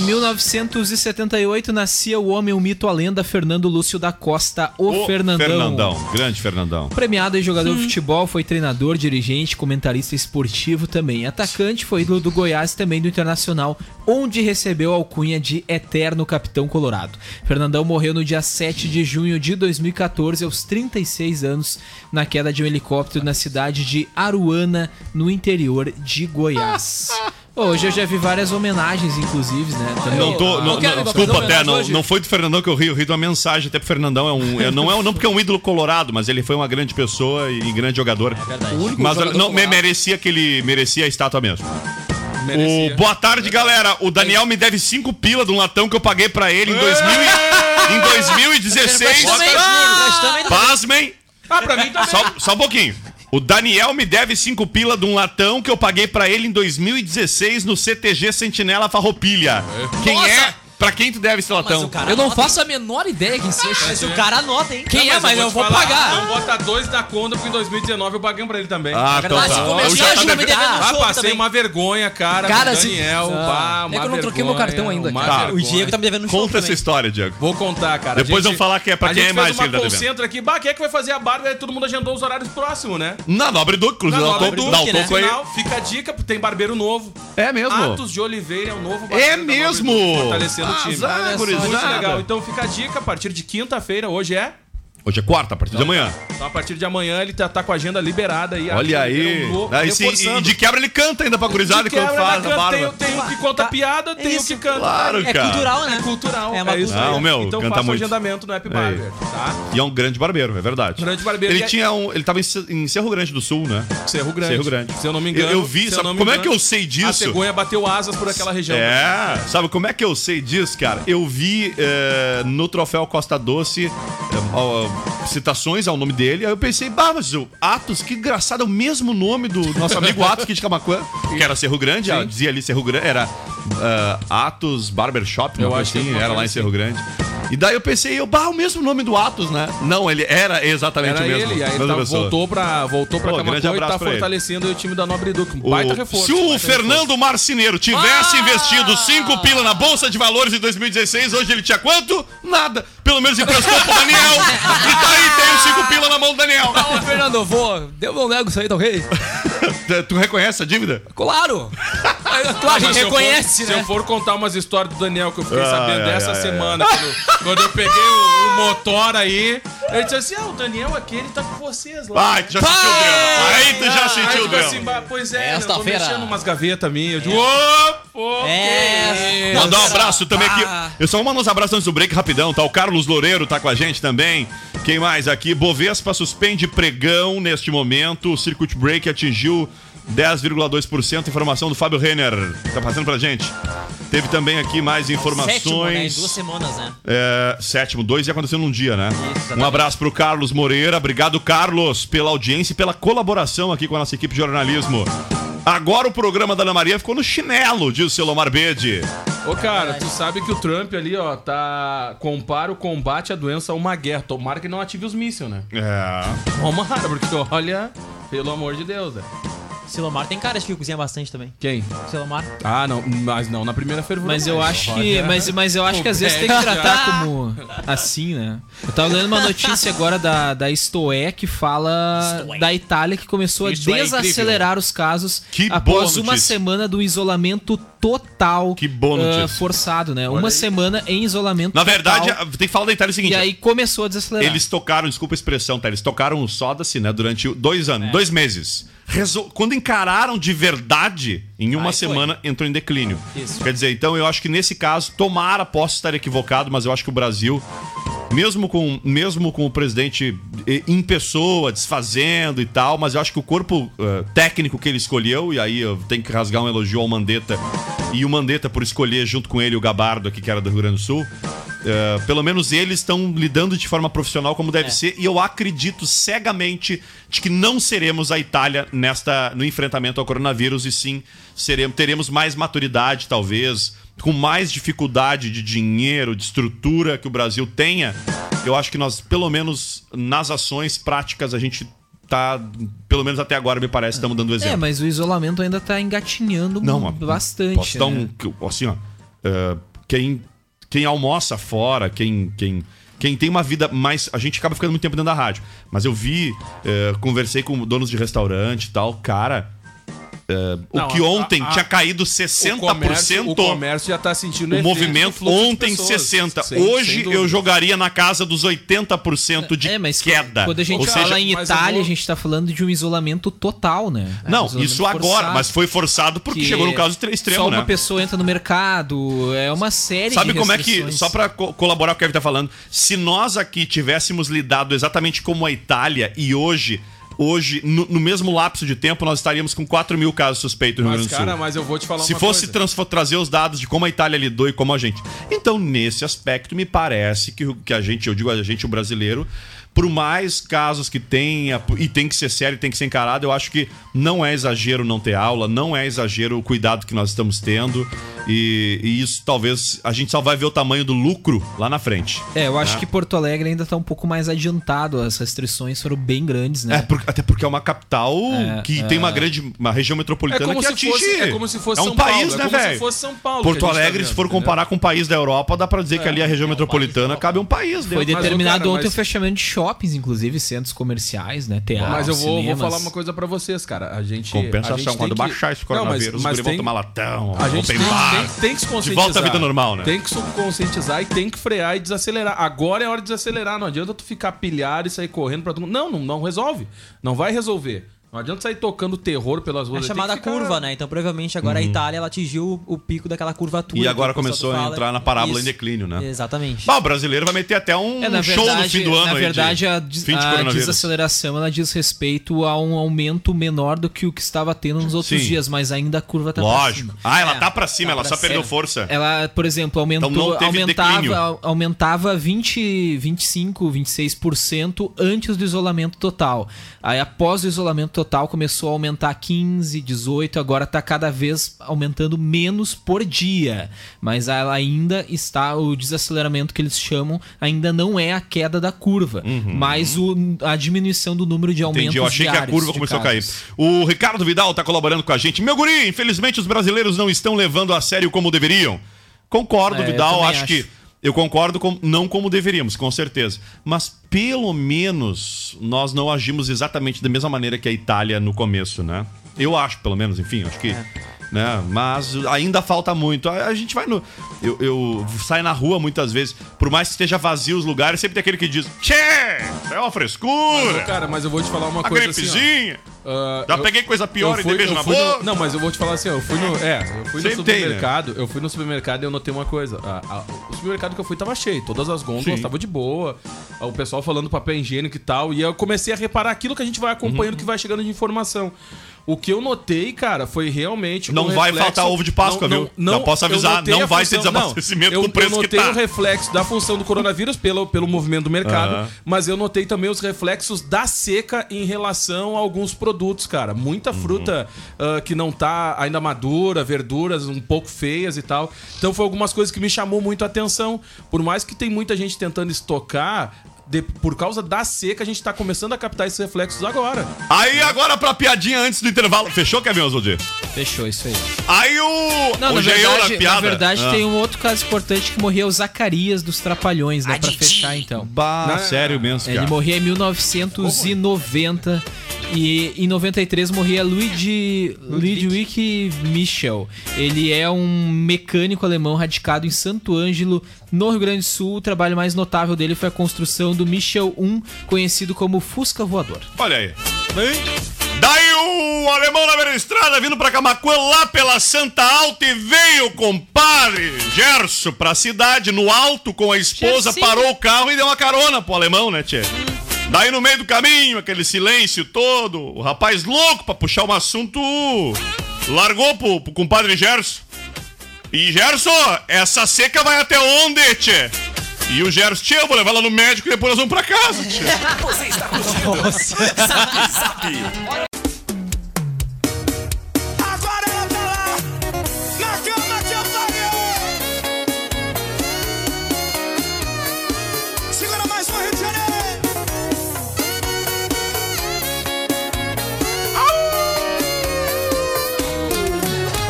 Speaker 9: 1978 nascia o homem, o mito, a lenda, Fernando Lúcio da Costa, o,
Speaker 4: Ô,
Speaker 9: Fernandão.
Speaker 4: Fernandão, grande Fernandão.
Speaker 9: Premiado em jogador de futebol, foi treinador, dirigente, comentarista esportivo também. Atacante foi ídolo do Goiás e também do Internacional, onde recebeu a alcunha de Eterno Capitão Colorado. Fernandão morreu no dia 7 de junho de 2014, aos 36 anos, na queda de um helicóptero na cidade de Aruana, no interior de Goiás. Hoje eu já vi várias homenagens, inclusive, né? Também.
Speaker 4: Não tô. não-
Speaker 9: Ô,
Speaker 4: não,
Speaker 9: Kevin, pra fazer
Speaker 4: desculpa, até,
Speaker 9: homenagem
Speaker 4: não,
Speaker 9: hoje?
Speaker 4: não foi do Fernandão que eu ri, eu ri de uma mensagem, até pro Fernandão é um. é- não é um- não porque é um ídolo colorado, mas ele foi uma grande pessoa e, grande jogador.
Speaker 7: O único
Speaker 4: mas
Speaker 7: jogador
Speaker 4: não, me-
Speaker 7: colorado.
Speaker 4: merecia que ele merecia a estátua mesmo.
Speaker 8: Merecia.
Speaker 4: O- boa tarde, galera. O Daniel me deve cinco pila de um latão que eu paguei pra ele em, 2000 e- em 2016.
Speaker 1: Pra ti também,
Speaker 7: pra ti também, Daniel.
Speaker 4: Pasmem.
Speaker 8: Ah, pra mim também.
Speaker 4: Só, só um pouquinho. O Daniel me deve cinco pila de um latão que eu paguei pra ele em 2016 no CTG Sentinela Farroupilha. Quem
Speaker 14: Nossa!
Speaker 4: é? Pra quem tu deve esse latão?
Speaker 14: Então, eu não faço a menor ideia quem seja.
Speaker 7: Mas o cara anota, hein?
Speaker 14: Quem é, mas eu vou
Speaker 8: te falar,
Speaker 14: pagar.
Speaker 8: Então bota dois na conta, porque em 2019 eu paguei um pra ele também.
Speaker 4: Ah, então
Speaker 14: Mas se
Speaker 4: tá.
Speaker 14: começar,
Speaker 4: Eu já
Speaker 14: ajuda
Speaker 4: tá
Speaker 14: me
Speaker 4: devendo-
Speaker 14: devendo um
Speaker 8: Ah,
Speaker 14: jogo
Speaker 8: passei
Speaker 14: também.
Speaker 8: uma vergonha, cara.
Speaker 14: Cara,
Speaker 8: com o
Speaker 14: se-
Speaker 8: Daniel,
Speaker 14: Ah,
Speaker 8: pá,
Speaker 14: é
Speaker 8: uma
Speaker 14: que eu não troquei
Speaker 8: vergonha,
Speaker 14: meu cartão ainda,
Speaker 8: uma
Speaker 4: cara.
Speaker 8: vergonha.
Speaker 7: O Diego tá me devendo um show
Speaker 4: Conta essa
Speaker 7: também.
Speaker 4: história, Diego.
Speaker 8: Vou contar, cara. A
Speaker 4: Depois
Speaker 8: gente-
Speaker 4: vamos falar que é pra
Speaker 8: a
Speaker 4: quem
Speaker 8: gente
Speaker 4: é mais que
Speaker 8: fez
Speaker 4: ele tá
Speaker 8: uma
Speaker 4: devendo.
Speaker 8: concentra aqui. Bah, quem é que vai fazer a barba? Aí todo mundo agendou os horários próximos, né?
Speaker 4: Na Nobre Duque, inclusive, dá o
Speaker 8: Nobre
Speaker 4: toco-
Speaker 8: Duque,
Speaker 4: dá o
Speaker 8: né?
Speaker 4: toco aí.
Speaker 8: Final, Fica a dica, tem barbeiro novo.
Speaker 4: É mesmo?
Speaker 8: Atos de Oliveira é o novo
Speaker 4: É
Speaker 8: da Nobre
Speaker 4: mesmo?
Speaker 8: Duque, Fortalecendo o
Speaker 4: Ah,
Speaker 8: time.
Speaker 4: azar,
Speaker 8: Muito
Speaker 4: gurizada.
Speaker 8: legal. Então fica a dica, a partir de quinta-feira, hoje é...
Speaker 4: Hoje é quarta, a partir de amanhã.
Speaker 8: Então, a partir de amanhã ele tá, tá com a agenda liberada aí. então,
Speaker 4: Olha aí. Aí sim, e de quebra ele canta ainda pra gurizada quando faz a barba.
Speaker 8: Tem, tem o que conta piada, tem
Speaker 7: Tá, é isso.
Speaker 8: o que canta.
Speaker 4: Claro,
Speaker 7: É
Speaker 4: cara.
Speaker 7: cultural, né?
Speaker 8: É cultural.
Speaker 7: É uma
Speaker 8: isso
Speaker 4: cultura.
Speaker 8: aí.
Speaker 4: Ah, o meu,
Speaker 8: Então
Speaker 4: canta
Speaker 8: faça o
Speaker 4: muito. É.
Speaker 8: agendamento no App
Speaker 4: Aí.
Speaker 8: Barber, tá?
Speaker 4: E é um grande barbeiro, é verdade.
Speaker 8: Grande barbeiro.
Speaker 4: Ele
Speaker 8: E-
Speaker 4: tinha um. Ele tava em, Ce- em Cerro Grande do Sul, né?
Speaker 8: Cerro Grande.
Speaker 4: Cerro Grande.
Speaker 8: Se eu não me engano.
Speaker 4: Eu, eu vi,
Speaker 8: se eu
Speaker 4: sabe?
Speaker 8: não me
Speaker 4: como é
Speaker 8: engano,
Speaker 4: que eu sei
Speaker 8: A
Speaker 4: disso?
Speaker 8: cegonha bateu asas por aquela região.
Speaker 4: É, sabe como é que eu sei disso, cara? Eu vi eh, no troféu Costa Doce eh, ó, citações ao nome dele, aí eu pensei, bah, mas o Atos, que engraçado, é o mesmo nome do nosso amigo Atos aqui de Camacuã, que era Cerro Grande, ah, dizia ali Cerro Grande, era ah, Atos Barbershop, eu
Speaker 8: Eu acho
Speaker 4: acho
Speaker 8: que
Speaker 4: assim,
Speaker 8: é uma
Speaker 4: era lá em
Speaker 8: coisa
Speaker 4: Cerro Grande. E daí eu pensei, eu, bah, é o mesmo nome do Atos, né? Não, ele era exatamente
Speaker 8: Era
Speaker 4: o mesmo.
Speaker 8: ele, aí
Speaker 4: mesma
Speaker 8: tá,
Speaker 4: pessoa.
Speaker 8: voltou pra, voltou pra
Speaker 4: Pô,
Speaker 8: Camacuã
Speaker 4: grande
Speaker 8: e tá
Speaker 4: abraço pra ele.
Speaker 8: fortalecendo o time da Nobre Duque. Um
Speaker 4: O-
Speaker 8: baita reforço. Ah!
Speaker 4: Se o
Speaker 8: baita
Speaker 4: Fernando Marceneiro tivesse investido 5 pila na Bolsa de Valores em 2016, hoje ele tinha quanto? Nada. Pelo menos emprestou pro Daniel. E tá aí, tem os 5 pila na mão do Daniel.
Speaker 14: Ô, Fernando, eu vou. Eu não nego isso aí, tá ok?
Speaker 4: Tu- Tu reconhece a dívida?
Speaker 14: Claro!
Speaker 8: Ah,
Speaker 14: Claro, a
Speaker 8: mas
Speaker 14: gente
Speaker 8: se eu for-
Speaker 14: reconhece,
Speaker 8: Se eu
Speaker 14: né?
Speaker 8: for contar umas histórias do Daniel que eu fiquei
Speaker 4: Ai,
Speaker 8: sabendo
Speaker 4: ai,
Speaker 8: dessa
Speaker 4: ai,
Speaker 8: semana, Quando, quando eu peguei o, o motor aí, ele disse assim: Ah, o Daniel aqui, ele tá com vocês lá.
Speaker 4: Ai, tu já sentiu o drama. Aí tu já
Speaker 8: Aí
Speaker 4: sentiu o
Speaker 8: eu assim,
Speaker 4: drama.
Speaker 8: "Bah, pois é, eu tô
Speaker 14: Esta-feira.
Speaker 8: mexendo umas gavetas minhas. Eu digo, opa,
Speaker 7: É. Ah.
Speaker 4: Mandar um abraço também aqui. Eu só vou mandar uns abraços antes do break rapidão, tá? O Carlos Loureiro tá com a gente também. Quem mais aqui? Bovespa suspende pregão neste momento. O circuit break atingiu 10,2%. Informação do Fábio Renner. Tá passando pra gente. Teve também aqui mais
Speaker 7: Sétimo, né? Em duas
Speaker 4: informações.
Speaker 7: semanas, né?
Speaker 4: É, sétimo, dois e aconteceu num dia, né?
Speaker 7: exatamente.
Speaker 4: um abraço pro Carlos Moreira. Obrigado, Carlos, pela audiência e pela colaboração aqui com a nossa equipe de jornalismo. Agora o programa da Ana Maria ficou no chinelo, diz o seu Lomar Bede.
Speaker 8: Ô, cara, tu sabe que o Trump ali, ó, tá. Compara o combate à doença a uma guerra. Tomara que não ative os mísseis, né?
Speaker 4: É.
Speaker 8: Tomara, porque olha, pelo amor de Deus, né?
Speaker 9: Silomar tem cara de que cozinha bastante também.
Speaker 8: Quem?
Speaker 9: Silomar.
Speaker 8: Ah, não, mas não, na primeira fervura.
Speaker 7: Mas eu
Speaker 8: não. né?
Speaker 7: acho
Speaker 4: né?
Speaker 7: que. Mas, mas eu acho que às vezes tem que tratar como. Assim, né? Eu tava lendo uma notícia agora da, da Stoé que fala da Itália que começou
Speaker 4: Isso é
Speaker 7: a
Speaker 4: incrível.
Speaker 7: desacelerar os casos
Speaker 4: Que boa
Speaker 7: após
Speaker 4: notícia.
Speaker 7: uma semana do isolamento total. Que boa
Speaker 4: notícia.
Speaker 7: forçado, né?
Speaker 4: Olha
Speaker 7: uma
Speaker 4: aí.
Speaker 7: semana em isolamento
Speaker 4: Na verdade,
Speaker 7: total.
Speaker 4: tem que falar da Itália o seguinte.
Speaker 7: E aí começou a desacelerar.
Speaker 4: Eles tocaram, desculpa a expressão, tá? Eles tocaram o Soda-se, né? Durante dois
Speaker 7: É.
Speaker 4: anos, dois meses. Resol- Quando encararam de verdade, em uma semana entrou em declínio.
Speaker 18: Isso.
Speaker 4: Quer dizer, então eu acho que nesse caso, tomara, posso estar equivocado, mas eu acho que o Brasil, mesmo com, mesmo com o presidente eh, em pessoa, desfazendo e tal, mas eu acho que o corpo eh, técnico que ele escolheu, e aí eu tenho que rasgar um elogio ao Mandetta, e o Mandetta por escolher junto com ele o Gabardo aqui, que era do Rio Grande do Sul, eh, pelo menos eles estão lidando de forma profissional como deve ser, e eu acredito cegamente de que não seremos a Itália nesta no enfrentamento ao coronavírus, e sim seremos, teremos mais maturidade, talvez, com mais dificuldade de dinheiro, de estrutura que o Brasil tenha. Eu acho que nós, pelo menos nas ações práticas, a gente tá, pelo menos até agora, me parece, estamos dando exemplo.
Speaker 7: É, mas o isolamento ainda tá engatinhando
Speaker 4: Não, mas
Speaker 7: bastante.
Speaker 4: Posso dar
Speaker 7: né?
Speaker 4: um. Assim, ó. eh, quem, quem almoça fora, quem. quem quem tem uma vida mais. A gente acaba ficando muito tempo dentro da rádio. Mas eu vi, eh, conversei com donos de restaurante e tal. Cara, eh,
Speaker 8: Não,
Speaker 4: o que
Speaker 8: a-
Speaker 4: ontem
Speaker 8: a-
Speaker 4: tinha caído
Speaker 8: O comércio,
Speaker 4: 60%.
Speaker 8: o comércio já tá sentindo
Speaker 4: O
Speaker 8: efeito do
Speaker 4: movimento
Speaker 8: fluxo de
Speaker 4: ontem
Speaker 8: pessoas.
Speaker 4: 60.
Speaker 8: Sem- sem
Speaker 4: Hoje
Speaker 8: dúvida.
Speaker 4: eu jogaria na casa dos 80% de queda.
Speaker 7: É, Quando a gente
Speaker 4: Ou
Speaker 7: fala
Speaker 4: seja,
Speaker 7: em Itália, a gente tá falando de um isolamento total, né?
Speaker 4: Não,
Speaker 7: Um isolamento
Speaker 4: isso agora, mas foi forçado porque
Speaker 7: que
Speaker 4: chegou no caso tre- extremo,
Speaker 7: Só uma
Speaker 4: né?
Speaker 7: pessoa entra no mercado, é uma série
Speaker 4: Sabe
Speaker 7: de
Speaker 4: como é que,
Speaker 7: restrições.
Speaker 4: só pra co- colaborar com o que a Kevin tá falando, se nós aqui tivéssemos lidado exatamente como a Itália e hoje, hoje no, no mesmo lapso de tempo, nós estaríamos com 4 mil casos suspeitos no Rio
Speaker 8: Mas,
Speaker 4: Grande do Sul.
Speaker 8: cara, mas eu vou te falar
Speaker 4: se
Speaker 8: uma
Speaker 4: fosse
Speaker 8: coisa.
Speaker 4: trans- for trazer os dados de como a Itália lidou e como a gente. Então, nesse aspecto, me parece que, o- que a gente, eu digo a gente, o brasileiro, por mais casos que tenha, e tem que ser sério, tem que ser encarado, eu acho que não é exagero não ter aula, não é exagero o cuidado que nós estamos tendo, e, e isso talvez a gente só vai ver o tamanho do lucro lá na frente.
Speaker 7: É, eu acho
Speaker 4: né?
Speaker 7: que Porto Alegre ainda tá um pouco mais adiantado, as restrições foram bem grandes, né?
Speaker 4: É, por- até porque é uma capital
Speaker 7: É,
Speaker 4: que
Speaker 7: é.
Speaker 4: tem uma grande uma região metropolitana
Speaker 8: É como
Speaker 4: que
Speaker 8: se
Speaker 4: atinge.
Speaker 8: fosse- é como se fosse
Speaker 4: é um
Speaker 8: São Paulo,
Speaker 4: país,
Speaker 8: é
Speaker 4: né,
Speaker 8: como se
Speaker 4: velho?
Speaker 8: fosse São Paulo que
Speaker 4: Porto
Speaker 8: a gente tá
Speaker 4: Alegre, se
Speaker 8: vendo,
Speaker 4: for
Speaker 8: entendeu? É,
Speaker 4: comparar com o país da Europa, dá pra dizer que ali a região metropolitana
Speaker 8: então,
Speaker 4: cabe um país. dentro.
Speaker 7: Foi
Speaker 4: Mas, ô,
Speaker 7: determinado
Speaker 4: cara,
Speaker 7: ontem
Speaker 4: mas-
Speaker 7: o fechamento de shoppings, inclusive centros comerciais, né? Teatro,
Speaker 8: Mas eu vou, vou
Speaker 7: cinemas.
Speaker 8: falar uma coisa pra vocês, cara. A gente.
Speaker 4: Compensação,
Speaker 8: a gente tem
Speaker 4: quando baixar esse coronavírus, os guri vão tomar latão,
Speaker 8: A gente
Speaker 4: open
Speaker 8: tem,
Speaker 4: bar.
Speaker 8: tem, tem que se
Speaker 4: De
Speaker 8: conscientizar.
Speaker 4: volta à vida normal, né?
Speaker 8: Tem que se conscientizar e tem que frear e desacelerar. Agora é hora de desacelerar. Não adianta tu ficar pilhado e sair correndo pra todo mundo. Não, não, não resolve. Não vai resolver. Não adianta sair tocando terror pelas
Speaker 9: É
Speaker 8: ruas.
Speaker 9: chamada curva, né? Então provavelmente agora a Itália ela atingiu o pico daquela curvatura.
Speaker 4: Uhum. E
Speaker 9: que
Speaker 4: agora
Speaker 9: o pessoal
Speaker 4: começou a
Speaker 9: fala.
Speaker 4: entrar na parábola
Speaker 9: Isso.
Speaker 4: em declínio, né?
Speaker 9: Exatamente.
Speaker 4: Bah, o brasileiro vai meter até um
Speaker 7: É, na
Speaker 4: show
Speaker 7: verdade,
Speaker 4: no fim do ano
Speaker 7: na
Speaker 4: aí de-
Speaker 7: verdade, a, des-
Speaker 4: fim de
Speaker 7: a
Speaker 4: coronavírus.
Speaker 7: desaceleração ela diz respeito a um aumento menor do que o que estava tendo nos outros
Speaker 4: Sim.
Speaker 7: dias, mas ainda a curva tá pra
Speaker 4: Lógico.
Speaker 7: cima.
Speaker 4: Ah, ela
Speaker 7: É,
Speaker 4: tá pra cima,
Speaker 7: tá
Speaker 4: ela
Speaker 7: pra
Speaker 4: só
Speaker 7: cima.
Speaker 4: perdeu força.
Speaker 7: Ela, por exemplo, aumentou,
Speaker 4: Então não teve declínio.
Speaker 7: aumentava, aumentava 20, 25, 26% antes do isolamento total. Aí após o isolamento total começou a aumentar 15, 18, agora tá cada vez aumentando menos por dia. Mas ela ainda está o desaceleramento que eles chamam, ainda não é a queda da curva, mas o, a diminuição do número de aumentos
Speaker 4: Uhum. Entendi, eu achei que a
Speaker 7: diários
Speaker 4: curva
Speaker 7: de
Speaker 4: começou a cair.
Speaker 7: casos.
Speaker 4: O Ricardo Vidal tá colaborando com a gente. Meu guri, infelizmente os brasileiros não estão levando a sério como deveriam. Concordo,
Speaker 7: É, eu
Speaker 4: Vidal,
Speaker 7: também
Speaker 4: acho,
Speaker 7: acho.
Speaker 4: que. Eu concordo com não como deveríamos, com certeza. Mas pelo menos nós não agimos exatamente da mesma maneira que a Itália no começo, né? Eu acho, pelo menos, enfim, acho
Speaker 7: É.
Speaker 4: que. Né? Mas ainda falta muito. A, a gente vai no. Eu, eu saio na rua muitas vezes, por mais que esteja vazio os lugares, sempre tem aquele que diz: Tchê! isso É uma frescura!
Speaker 8: Mas, ô, cara, mas eu vou te falar uma
Speaker 4: A
Speaker 8: coisa
Speaker 4: gripezinha.
Speaker 8: assim. ó. Ah,
Speaker 4: Já peguei coisa pior
Speaker 8: eu
Speaker 4: e dei beijo
Speaker 8: eu
Speaker 4: na
Speaker 8: fui no-
Speaker 4: boca.
Speaker 8: não, mas eu vou te falar assim, ó, eu fui no, é, eu fui
Speaker 4: Sempre
Speaker 8: no
Speaker 4: tem, né?
Speaker 8: supermercado, eu fui no supermercado e eu notei uma coisa. a- a- o supermercado que eu fui tava cheio, todas as gôndolas
Speaker 4: Sim.
Speaker 8: tava de boa. ah, O pessoal falando papel higiênico e tal, e eu comecei a reparar aquilo que a gente vai acompanhando
Speaker 4: Uhum.
Speaker 8: que vai chegando de informação. O que eu notei, cara, foi realmente um
Speaker 4: Não vai faltar ovo de Páscoa, viu? Já posso
Speaker 8: eu
Speaker 4: avisar,
Speaker 8: notei
Speaker 4: não
Speaker 8: a
Speaker 4: vai ter
Speaker 8: função- não,
Speaker 4: desabastecimento
Speaker 8: eu-
Speaker 4: com o preço que
Speaker 8: Eu notei
Speaker 4: tá.
Speaker 8: o reflexo da função do coronavírus pelo, pelo movimento do mercado,
Speaker 4: Aham.
Speaker 8: mas eu notei também os reflexos da seca em relação a alguns produtos, cara. Muita fruta ah, que não tá ainda madura, verduras um pouco feias e tal. Então foi algumas coisas que me chamou muito a atenção. Por mais que tem muita gente tentando estocar, de- por causa da seca, a gente tá começando a captar esses reflexos agora.
Speaker 4: Aí agora pra piadinha antes do intervalo. Fechou, Kevin Oswaldi?
Speaker 9: Fechou, isso aí.
Speaker 4: Aí o.
Speaker 9: Não, na
Speaker 4: Hoje é eu
Speaker 9: verdade,
Speaker 4: na piada.
Speaker 9: na verdade
Speaker 4: Ah.
Speaker 9: tem um outro caso importante que morreu o Zacarias dos Trapalhões, dá pra fechar então.
Speaker 4: Bah, sério mesmo,
Speaker 9: Ele
Speaker 4: cara.
Speaker 9: morria em 1990 e em 93 morria Luigi Ludwig Michel. Ele é um mecânico alemão radicado em Santo Ângelo, no Rio Grande do Sul. O trabalho mais notável dele foi a construção do Michel 1, conhecido como Fusca Voador.
Speaker 4: Olha aí. Daí o alemão na beira estrada vindo pra Camacuã lá pela Santa Alta e veio o compadre Gerson pra cidade no alto com a esposa,
Speaker 19: Gersinho.
Speaker 4: parou o carro e deu uma carona pro alemão, né, tchê? Daí no meio do caminho, aquele silêncio todo, o rapaz louco pra puxar um assunto, largou pro, pro compadre Gerson. E Gerson, essa seca vai até onde, tchê? E o Gerson, tchê, eu vou levar ela no médico e depois nós vamos pra casa, tchê.
Speaker 19: Você está curtindo? Zap, zap. Agora ela tá lá, na cama de otário. Segura mais um Rio de Janeiro.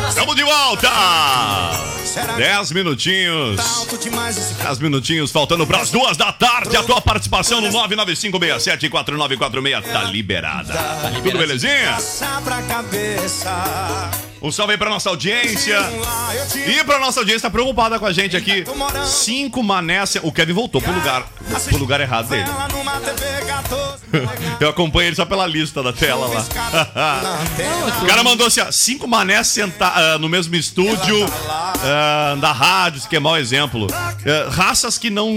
Speaker 4: Estamos de volta!
Speaker 19: tá
Speaker 4: Dez minutinhos. Dez minutinhos faltando para as duas da tarde. A tua participação no 995674946 tá liberada. Tudo belezinha?
Speaker 19: Passar pra cabeça.
Speaker 4: Um salve aí pra nossa audiência. E pra nossa audiência tá preocupada com a gente aqui. Cinco manés. O Kevin voltou pro lugar, pro lugar errado dele. Eu acompanho ele só pela lista da tela lá. o cara mandou assim: ó, cinco manés senta, ah, no mesmo estúdio ah, da rádio, isso que é mau exemplo. Ah, raças que não.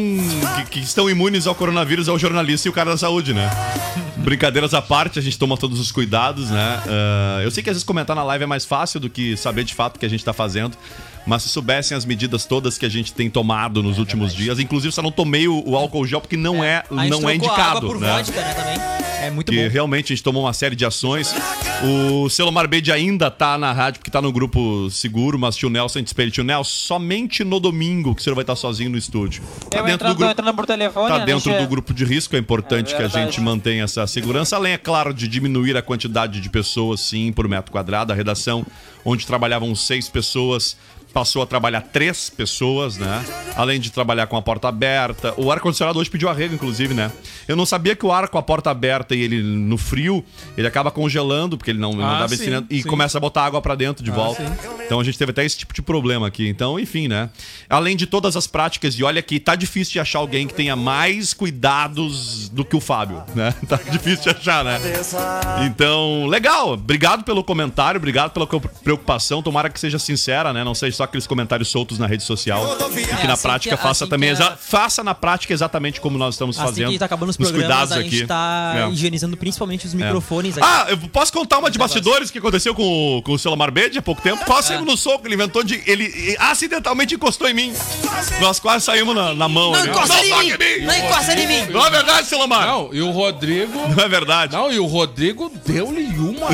Speaker 4: Que, que estão imunes ao coronavírus é o jornalista e o cara da saúde, né? Brincadeiras à parte, a gente toma todos os cuidados, né? Ah, eu sei que às vezes comentar na live é mais fácil do que saber de fato o que a gente tá fazendo. Mas se soubessem as medidas todas que a gente tem tomado
Speaker 7: É
Speaker 4: nos últimos dias, inclusive só não tomei o, o álcool gel porque não é,
Speaker 7: A gente
Speaker 4: não é
Speaker 7: trocou a
Speaker 4: indicado.
Speaker 7: água por
Speaker 4: né?
Speaker 7: vodka, né, também. É muito
Speaker 4: que
Speaker 7: bom.
Speaker 4: realmente a gente tomou uma série de ações. O Selomar Bede ainda tá na rádio, porque tá no grupo seguro, mas tio Nelson espelho. Tio Nelson, somente no domingo que o senhor vai estar sozinho no estúdio. Tá
Speaker 9: É,
Speaker 16: Eu
Speaker 4: dentro do
Speaker 16: entrando,
Speaker 4: grupo.
Speaker 16: entrando por telefone.
Speaker 4: Tá
Speaker 16: né,
Speaker 4: dentro
Speaker 16: Che?
Speaker 4: do grupo de risco, é importante
Speaker 16: É
Speaker 4: que a
Speaker 16: verdade.
Speaker 4: gente mantenha essa segurança, além, é claro, de diminuir a quantidade de pessoas, sim, por metro quadrado. A redação, onde trabalhavam seis pessoas, passou a trabalhar três pessoas, né? Além de trabalhar com a porta aberta. O ar-condicionado hoje pediu arrego, inclusive, né? Eu não sabia que o ar com a porta aberta e ele no frio, ele acaba congelando, porque ele não, não
Speaker 19: Ah,
Speaker 4: dá
Speaker 19: sim,
Speaker 4: ventilando, e
Speaker 19: sim.
Speaker 4: começa a botar água pra dentro de
Speaker 19: Ah,
Speaker 4: volta.
Speaker 19: sim.
Speaker 4: Então a gente teve até esse tipo de problema aqui. Então, enfim, né? Além de todas as práticas, e olha que tá difícil de achar alguém que tenha mais cuidados do que o Fábio, né? Tá difícil de achar, né? Então, legal. Obrigado pelo comentário, obrigado pela co- preocupação. Tomara que seja sincera, né? Não seja só aqueles comentários soltos na rede social. E que na
Speaker 7: Assim
Speaker 4: prática
Speaker 7: que-
Speaker 4: faça
Speaker 7: assim
Speaker 4: também.
Speaker 7: que
Speaker 4: exa- Faça na prática exatamente como nós estamos
Speaker 7: Assim
Speaker 4: fazendo.
Speaker 7: que tá acabando os
Speaker 4: nos
Speaker 7: programas,
Speaker 4: cuidados
Speaker 7: a gente
Speaker 4: aqui.
Speaker 7: tá
Speaker 4: É.
Speaker 7: higienizando principalmente os
Speaker 4: É.
Speaker 7: microfones aqui.
Speaker 4: Ah, eu posso contar uma de bastidores que aconteceu com, o- com o Selomar Bede há pouco
Speaker 7: É.
Speaker 4: tempo? Quase saímos no soco, ele inventou de. Ele e- acidentalmente encostou em mim. Nós quase saímos na, na mão.
Speaker 7: Não
Speaker 4: ali.
Speaker 7: encosta em
Speaker 4: toca
Speaker 7: mim! Não encosta em mim!
Speaker 4: Não é verdade, Selomar?
Speaker 8: Ah, Não, e o Rodrigo.
Speaker 4: Não é verdade.
Speaker 8: Não, e o Rodrigo deu-lhe uma.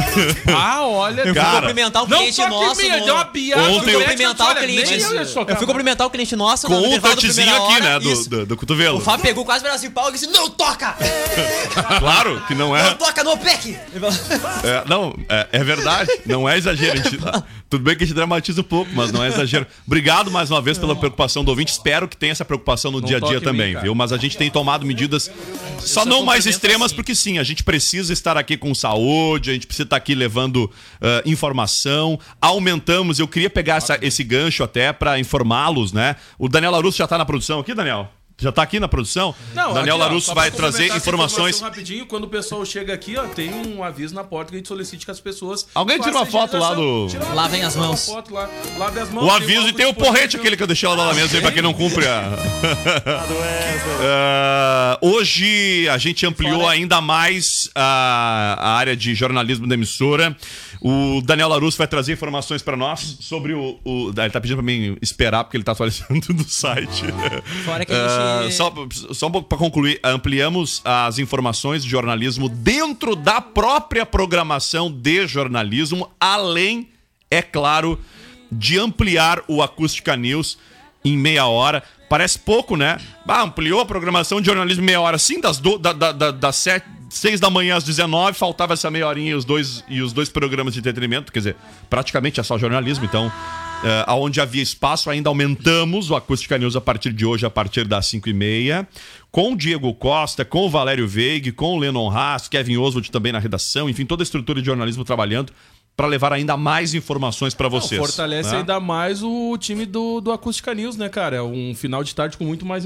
Speaker 8: Ah, olha,
Speaker 7: Eu fui
Speaker 8: cara.
Speaker 7: cumprimentar o
Speaker 8: Não
Speaker 7: cliente
Speaker 8: só que
Speaker 7: nosso.
Speaker 8: minha,
Speaker 7: no-
Speaker 8: deu uma piada.
Speaker 7: Eu fui
Speaker 20: é
Speaker 4: Ontem eu-
Speaker 7: cumprimentar o
Speaker 8: Olha, nem
Speaker 7: cliente.
Speaker 8: eu ia socar,
Speaker 7: Eu fui cumprimentar o cliente nosso
Speaker 4: Com
Speaker 7: no
Speaker 4: um
Speaker 7: intervalo da primeira
Speaker 4: touchzinho aqui,
Speaker 7: hora.
Speaker 4: né? Do,
Speaker 7: Isso.
Speaker 4: do, do
Speaker 7: O
Speaker 4: cotovelo.
Speaker 7: Fábio pegou quase o braço de pau e disse: Não toca!
Speaker 4: É. Claro que não
Speaker 7: Não
Speaker 4: é.
Speaker 7: toca no OPEC!
Speaker 4: é não, é, é verdade. Não é exagero. a gente- tudo bem que a gente dramatiza um pouco, mas não é exagero. Obrigado mais uma vez pela preocupação do ouvinte. Espero que tenha essa preocupação no dia a
Speaker 19: toque
Speaker 4: dia
Speaker 19: em mim,
Speaker 4: também,
Speaker 19: cara.
Speaker 4: viu? Mas a gente tem tomado medidas só
Speaker 19: só
Speaker 4: não mais
Speaker 19: cumprimento
Speaker 4: extremas, porque sim, a gente precisa estar aqui com saúde, a gente precisa estar aqui levando ah, informação. Aumentamos, eu queria pegar essa- esse gancho até para informá-los, né? O Daniel Larusso já tá na produção aqui, Daniel? Já tá aqui na produção? Daniel
Speaker 8: aqui, ó,
Speaker 4: Larusso
Speaker 8: só pra
Speaker 4: vai
Speaker 8: complementar
Speaker 4: trazer
Speaker 8: essa
Speaker 4: informações.
Speaker 8: informação Rapidinho, quando o pessoal chega aqui, ó, tem um aviso na porta que a gente solicite que as pessoas.
Speaker 4: Alguém tira uma
Speaker 8: façam
Speaker 4: foto lá do-
Speaker 8: Tira uma
Speaker 7: Lavem
Speaker 8: foto,
Speaker 7: as
Speaker 8: tira uma
Speaker 7: mãos.
Speaker 8: foto lá, lavem as mãos.
Speaker 4: O aviso
Speaker 8: um
Speaker 4: e tem o
Speaker 8: álcool
Speaker 4: porrete aquele que eu deixei lá na mesa aí pra quem não cumpre a. Ah, hoje a gente ampliou ainda mais a, a área de jornalismo da emissora. O Daniel Larusso vai trazer informações pra nós sobre o, o- Ele tá pedindo pra mim esperar porque ele tá atualizando do site.
Speaker 7: Fora que a
Speaker 4: Ah,
Speaker 7: gente-
Speaker 4: só, só um pouco pra concluir, ampliamos as informações de jornalismo dentro da própria programação de jornalismo, além, é claro, de ampliar o Acústica News, em meia hora. Parece pouco, né? Ah, ampliou a programação de jornalismo em meia hora, sim, das, do, da, da, da, das sete, seis da manhã às 19, faltava essa meia horinha e os dois, e os dois programas de entretenimento, quer dizer, praticamente é só jornalismo, então. É, onde havia espaço, ainda aumentamos o Acústica News a partir de hoje, a partir das 5 e meia com o Diego Costa, com o Valério Veig, com o Lennon Haas, Kevin Oswald também na redação, enfim, toda a estrutura de jornalismo trabalhando para levar ainda mais informações para vocês.
Speaker 8: Não, fortalece
Speaker 4: né?
Speaker 8: ainda mais o time do, do Acústica News, né, cara? É um final de tarde com muito mais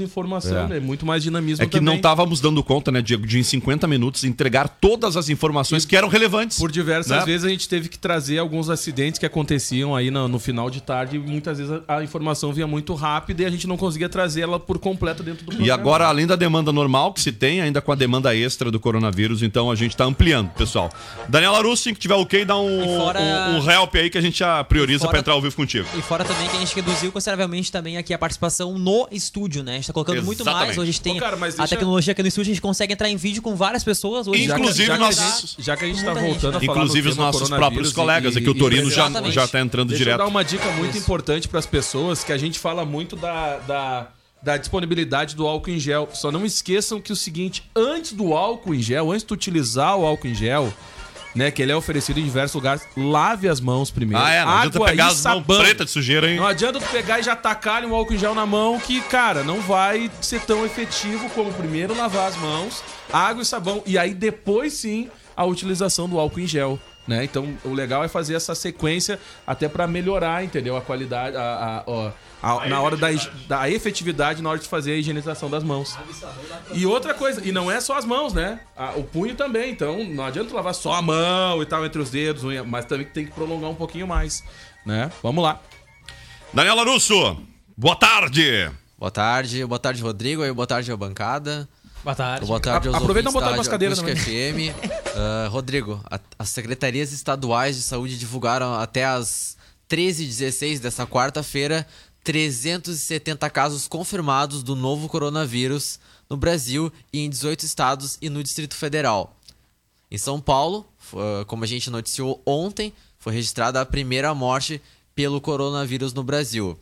Speaker 4: É.
Speaker 8: informação, né? Muito mais dinamismo
Speaker 4: É que não
Speaker 8: também.
Speaker 4: estávamos dando conta, né, Diego, de em 50 minutos entregar todas as informações que eram relevantes.
Speaker 8: Por diversas
Speaker 4: né?
Speaker 8: vezes a gente teve que trazer alguns acidentes que aconteciam aí no, no final de tarde. e Muitas vezes a, a informação vinha muito rápida e a gente não conseguia trazer ela por completo dentro do
Speaker 4: E agora, além da demanda normal que se tem, ainda com a demanda extra do coronavírus, então a gente tá ampliando, pessoal. Daniel Larusso, que tiver ok, dá um,
Speaker 20: fora-
Speaker 4: um, um help aí que a gente já prioriza
Speaker 20: fora-
Speaker 4: para entrar ao vivo contigo.
Speaker 20: E fora também que a gente reduziu consideravelmente também aqui a participação no estúdio, né? A gente tá colocando muito
Speaker 4: Exatamente.
Speaker 20: mais. Hoje a gente tem
Speaker 4: Ô, cara, mas
Speaker 20: a
Speaker 7: é
Speaker 4: deixa-
Speaker 20: tecnologia aqui no estúdio, a gente consegue entrar em vídeo com várias pessoas. Hoje
Speaker 4: Inclusive
Speaker 8: já que-
Speaker 4: nós-
Speaker 8: já que a gente tá
Speaker 20: Muita gente, né?
Speaker 8: voltando a falar
Speaker 4: Inclusive
Speaker 8: do
Speaker 4: os
Speaker 8: tema
Speaker 4: nossos
Speaker 8: coronavírus
Speaker 4: próprios
Speaker 8: e-
Speaker 4: colegas aqui, o
Speaker 8: e-
Speaker 4: Torino já-
Speaker 8: Exatamente.
Speaker 4: já tá entrando
Speaker 8: Deixa
Speaker 4: direto.
Speaker 8: eu dar uma dica muito importante para as pessoas, que a gente fala muito da, da, da disponibilidade do álcool em gel. Só não esqueçam que o seguinte, antes do álcool em gel, antes de utilizar o álcool em gel, né, que ele é oferecido em diversos lugares, lave as mãos primeiro.
Speaker 4: Ah, é, não adianta
Speaker 8: Água
Speaker 4: pegar
Speaker 8: e
Speaker 4: as mãos
Speaker 8: sabão.
Speaker 4: pretas de sujeira, hein?
Speaker 8: Não adianta tu pegar e já tacar um álcool em gel na mão que, cara, não vai ser tão efetivo como primeiro lavar as mãos, água e sabão, e aí depois sim a utilização do álcool em gel. Né? Então o legal é fazer essa sequência até pra melhorar, entendeu? A qualidade, a, a- ó, a- na hora da, hig- da efetividade, na hora de fazer a higienização das mãos. E outra coisa, e não é só as mãos, né? Ah, o punho também, então não adianta tu lavar só a mão e tal, entre os dedos, unha, mas também tem que prolongar um pouquinho mais, né? Vamos lá. é-
Speaker 4: Daniel Larusso, boa tarde.
Speaker 7: Boa tarde, boa tarde, Rodrigo, e boa tarde à bancada.
Speaker 21: Boa tarde.
Speaker 7: Boa tarde aos
Speaker 21: Aproveita
Speaker 7: ouvintes
Speaker 21: e botar
Speaker 7: da
Speaker 21: umas
Speaker 7: Rádio
Speaker 21: cadeiras
Speaker 7: Acústica FM. Ah, Rodrigo, a- as secretarias estaduais de saúde divulgaram até as 13h16 dessa quarta-feira 370 casos confirmados do novo coronavírus no Brasil e em 18 estados e no Distrito Federal. Em São Paulo, f- ah, como a gente noticiou ontem, foi registrada a primeira morte pelo coronavírus no Brasil.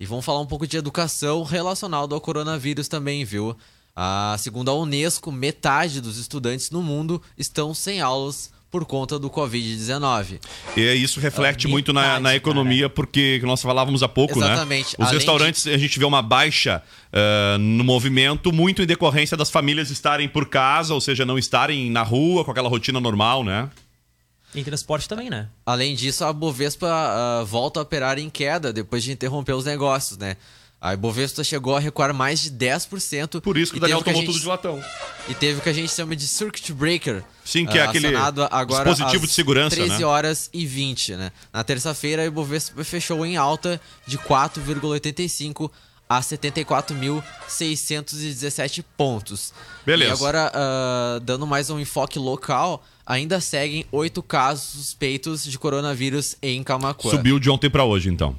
Speaker 7: E vamos falar um pouco de educação relacionada ao coronavírus também, viu? Ah, segundo a Unesco, metade dos estudantes no mundo estão sem aulas por conta do Covid-19.
Speaker 4: E isso
Speaker 7: Ah,
Speaker 4: reflete muito na, na economia, porque nós falávamos há pouco,
Speaker 7: Exatamente.
Speaker 4: né? Os
Speaker 7: Além
Speaker 4: restaurantes, a gente vê uma baixa ah, no movimento, muito em decorrência das famílias estarem por casa, ou seja, não estarem na rua com aquela rotina normal, né?
Speaker 20: Em transporte também, né?
Speaker 7: Além disso, a Bovespa ah, volta a operar em queda depois de interromper os negócios, né? A Bovespa chegou a recuar mais de 10%. Por isso
Speaker 4: que o Daniel tomou tudo de latão.
Speaker 7: E teve o que a gente chama de circuit breaker.
Speaker 4: Sim, que é
Speaker 7: ah,
Speaker 4: aquele
Speaker 7: acionado agora
Speaker 4: dispositivo
Speaker 7: às
Speaker 4: de segurança,
Speaker 7: 13
Speaker 4: né?
Speaker 7: horas e 20, né? Na terça-feira, a Ibovespa fechou em alta de 4,85 a 74.617 pontos.
Speaker 4: Beleza.
Speaker 7: E agora, ah, dando mais um enfoque local, ainda seguem oito casos suspeitos de coronavírus em Camacuã.
Speaker 4: Subiu de ontem para hoje, então.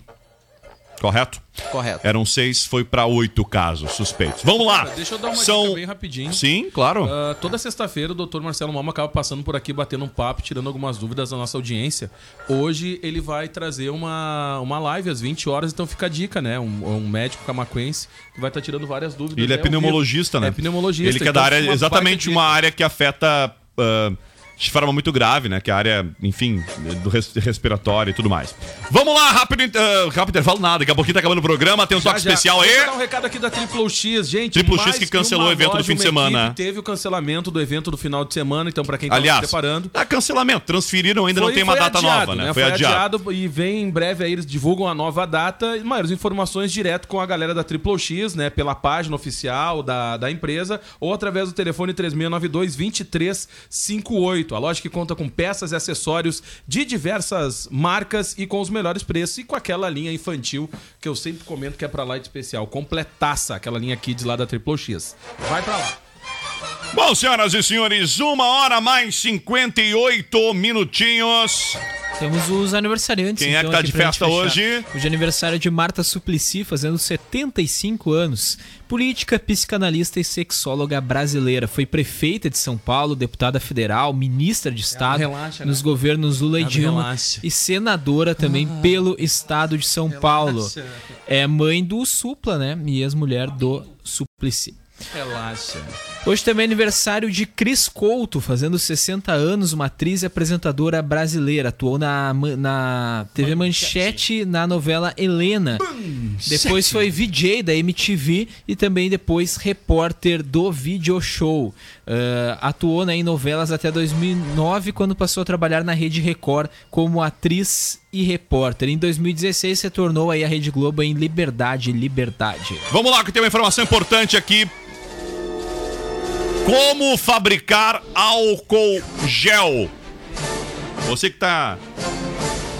Speaker 4: Correto?
Speaker 7: Correto.
Speaker 4: Eram seis, foi para oito casos suspeitos. Vamos lá.
Speaker 8: Cara, deixa eu dar uma dica bem rapidinho.
Speaker 4: Sim, claro.
Speaker 8: Ah, toda sexta-feira o Dr. Marcelo Malma acaba passando por aqui, batendo um papo, tirando algumas dúvidas da nossa audiência. Hoje ele vai trazer uma, uma live às 20 horas, então fica a dica, né? Um, um médico camaquense que vai estar tirando várias dúvidas.
Speaker 4: Ele é
Speaker 8: né, ao vivo.
Speaker 4: pneumologista, né?
Speaker 8: É pneumologista.
Speaker 4: Ele que é
Speaker 8: então
Speaker 4: da área,
Speaker 8: fica uma
Speaker 4: exatamente
Speaker 8: baita
Speaker 4: uma área que afeta ah, de forma muito grave, né? Que é a área, enfim, do res- respiratório e tudo mais. Vamos lá, rápido, ah, rápido intervalo, nada. Daqui a pouquinho tá acabando o programa, tem um
Speaker 8: Já,
Speaker 4: toque
Speaker 8: já.
Speaker 4: especial aí.
Speaker 8: Deixa eu dar um recado aqui da Triple X, gente.
Speaker 4: Triple X
Speaker 8: mais
Speaker 4: que cancelou
Speaker 8: uma
Speaker 4: o evento do
Speaker 8: loja,
Speaker 4: fim de
Speaker 8: uma
Speaker 4: semana,
Speaker 8: equipe
Speaker 4: né?
Speaker 8: Teve o cancelamento do evento do final de semana, então pra quem tá
Speaker 4: Aliás,
Speaker 8: se preparando.
Speaker 4: Ah, cancelamento, transferiram, ainda não tem uma data
Speaker 8: adiado,
Speaker 4: nova, né? Foi, adiado.
Speaker 8: E vem em breve aí, eles divulgam a nova data. E maiores informações direto com a galera da Triple X, né? Pela página oficial da, da empresa ou através do telefone 3692-2358. A loja que conta com peças e acessórios de diversas marcas e com os melhores preços. E com aquela linha infantil que eu sempre comento que é pra lá de especial. Completaça aquela linha Kids lá da Triple X. Vai pra lá.
Speaker 4: Bom, senhoras e senhores, uma hora mais 58 minutinhos.
Speaker 9: Temos os aniversariantes.
Speaker 4: Quem é que
Speaker 14: então,
Speaker 4: tá
Speaker 9: então aqui
Speaker 4: de
Speaker 9: pra gente
Speaker 4: festa
Speaker 9: fechar.
Speaker 4: hoje?
Speaker 9: Hoje é aniversário de Marta Suplicy, fazendo 75 anos. Política, psicanalista e sexóloga brasileira. Foi prefeita de São Paulo, deputada federal, ministra de Estado
Speaker 14: relaxa, né?
Speaker 9: nos governos Lula e
Speaker 14: Ela
Speaker 9: Dilma.
Speaker 14: relaxa. Ah.
Speaker 9: E senadora também pelo Estado de São Paulo. É mãe do Supla, né? E ex-mulher do Suplicy.
Speaker 14: Relaxa.
Speaker 9: Hoje também é aniversário de Cris Couto, fazendo 60 anos, uma atriz e apresentadora brasileira. Atuou na, ma- na TV Manchete, na novela Helena. Depois foi VJ da MTV e também depois repórter do Video Show. Ah, atuou né, em novelas até 2009, quando passou a trabalhar na Rede Record como atriz e repórter. Em 2016, se tornou aí a Rede Globo em Liberdade, Liberdade.
Speaker 4: Vamos lá, que tem uma informação importante aqui. Como fabricar álcool gel? Você que tá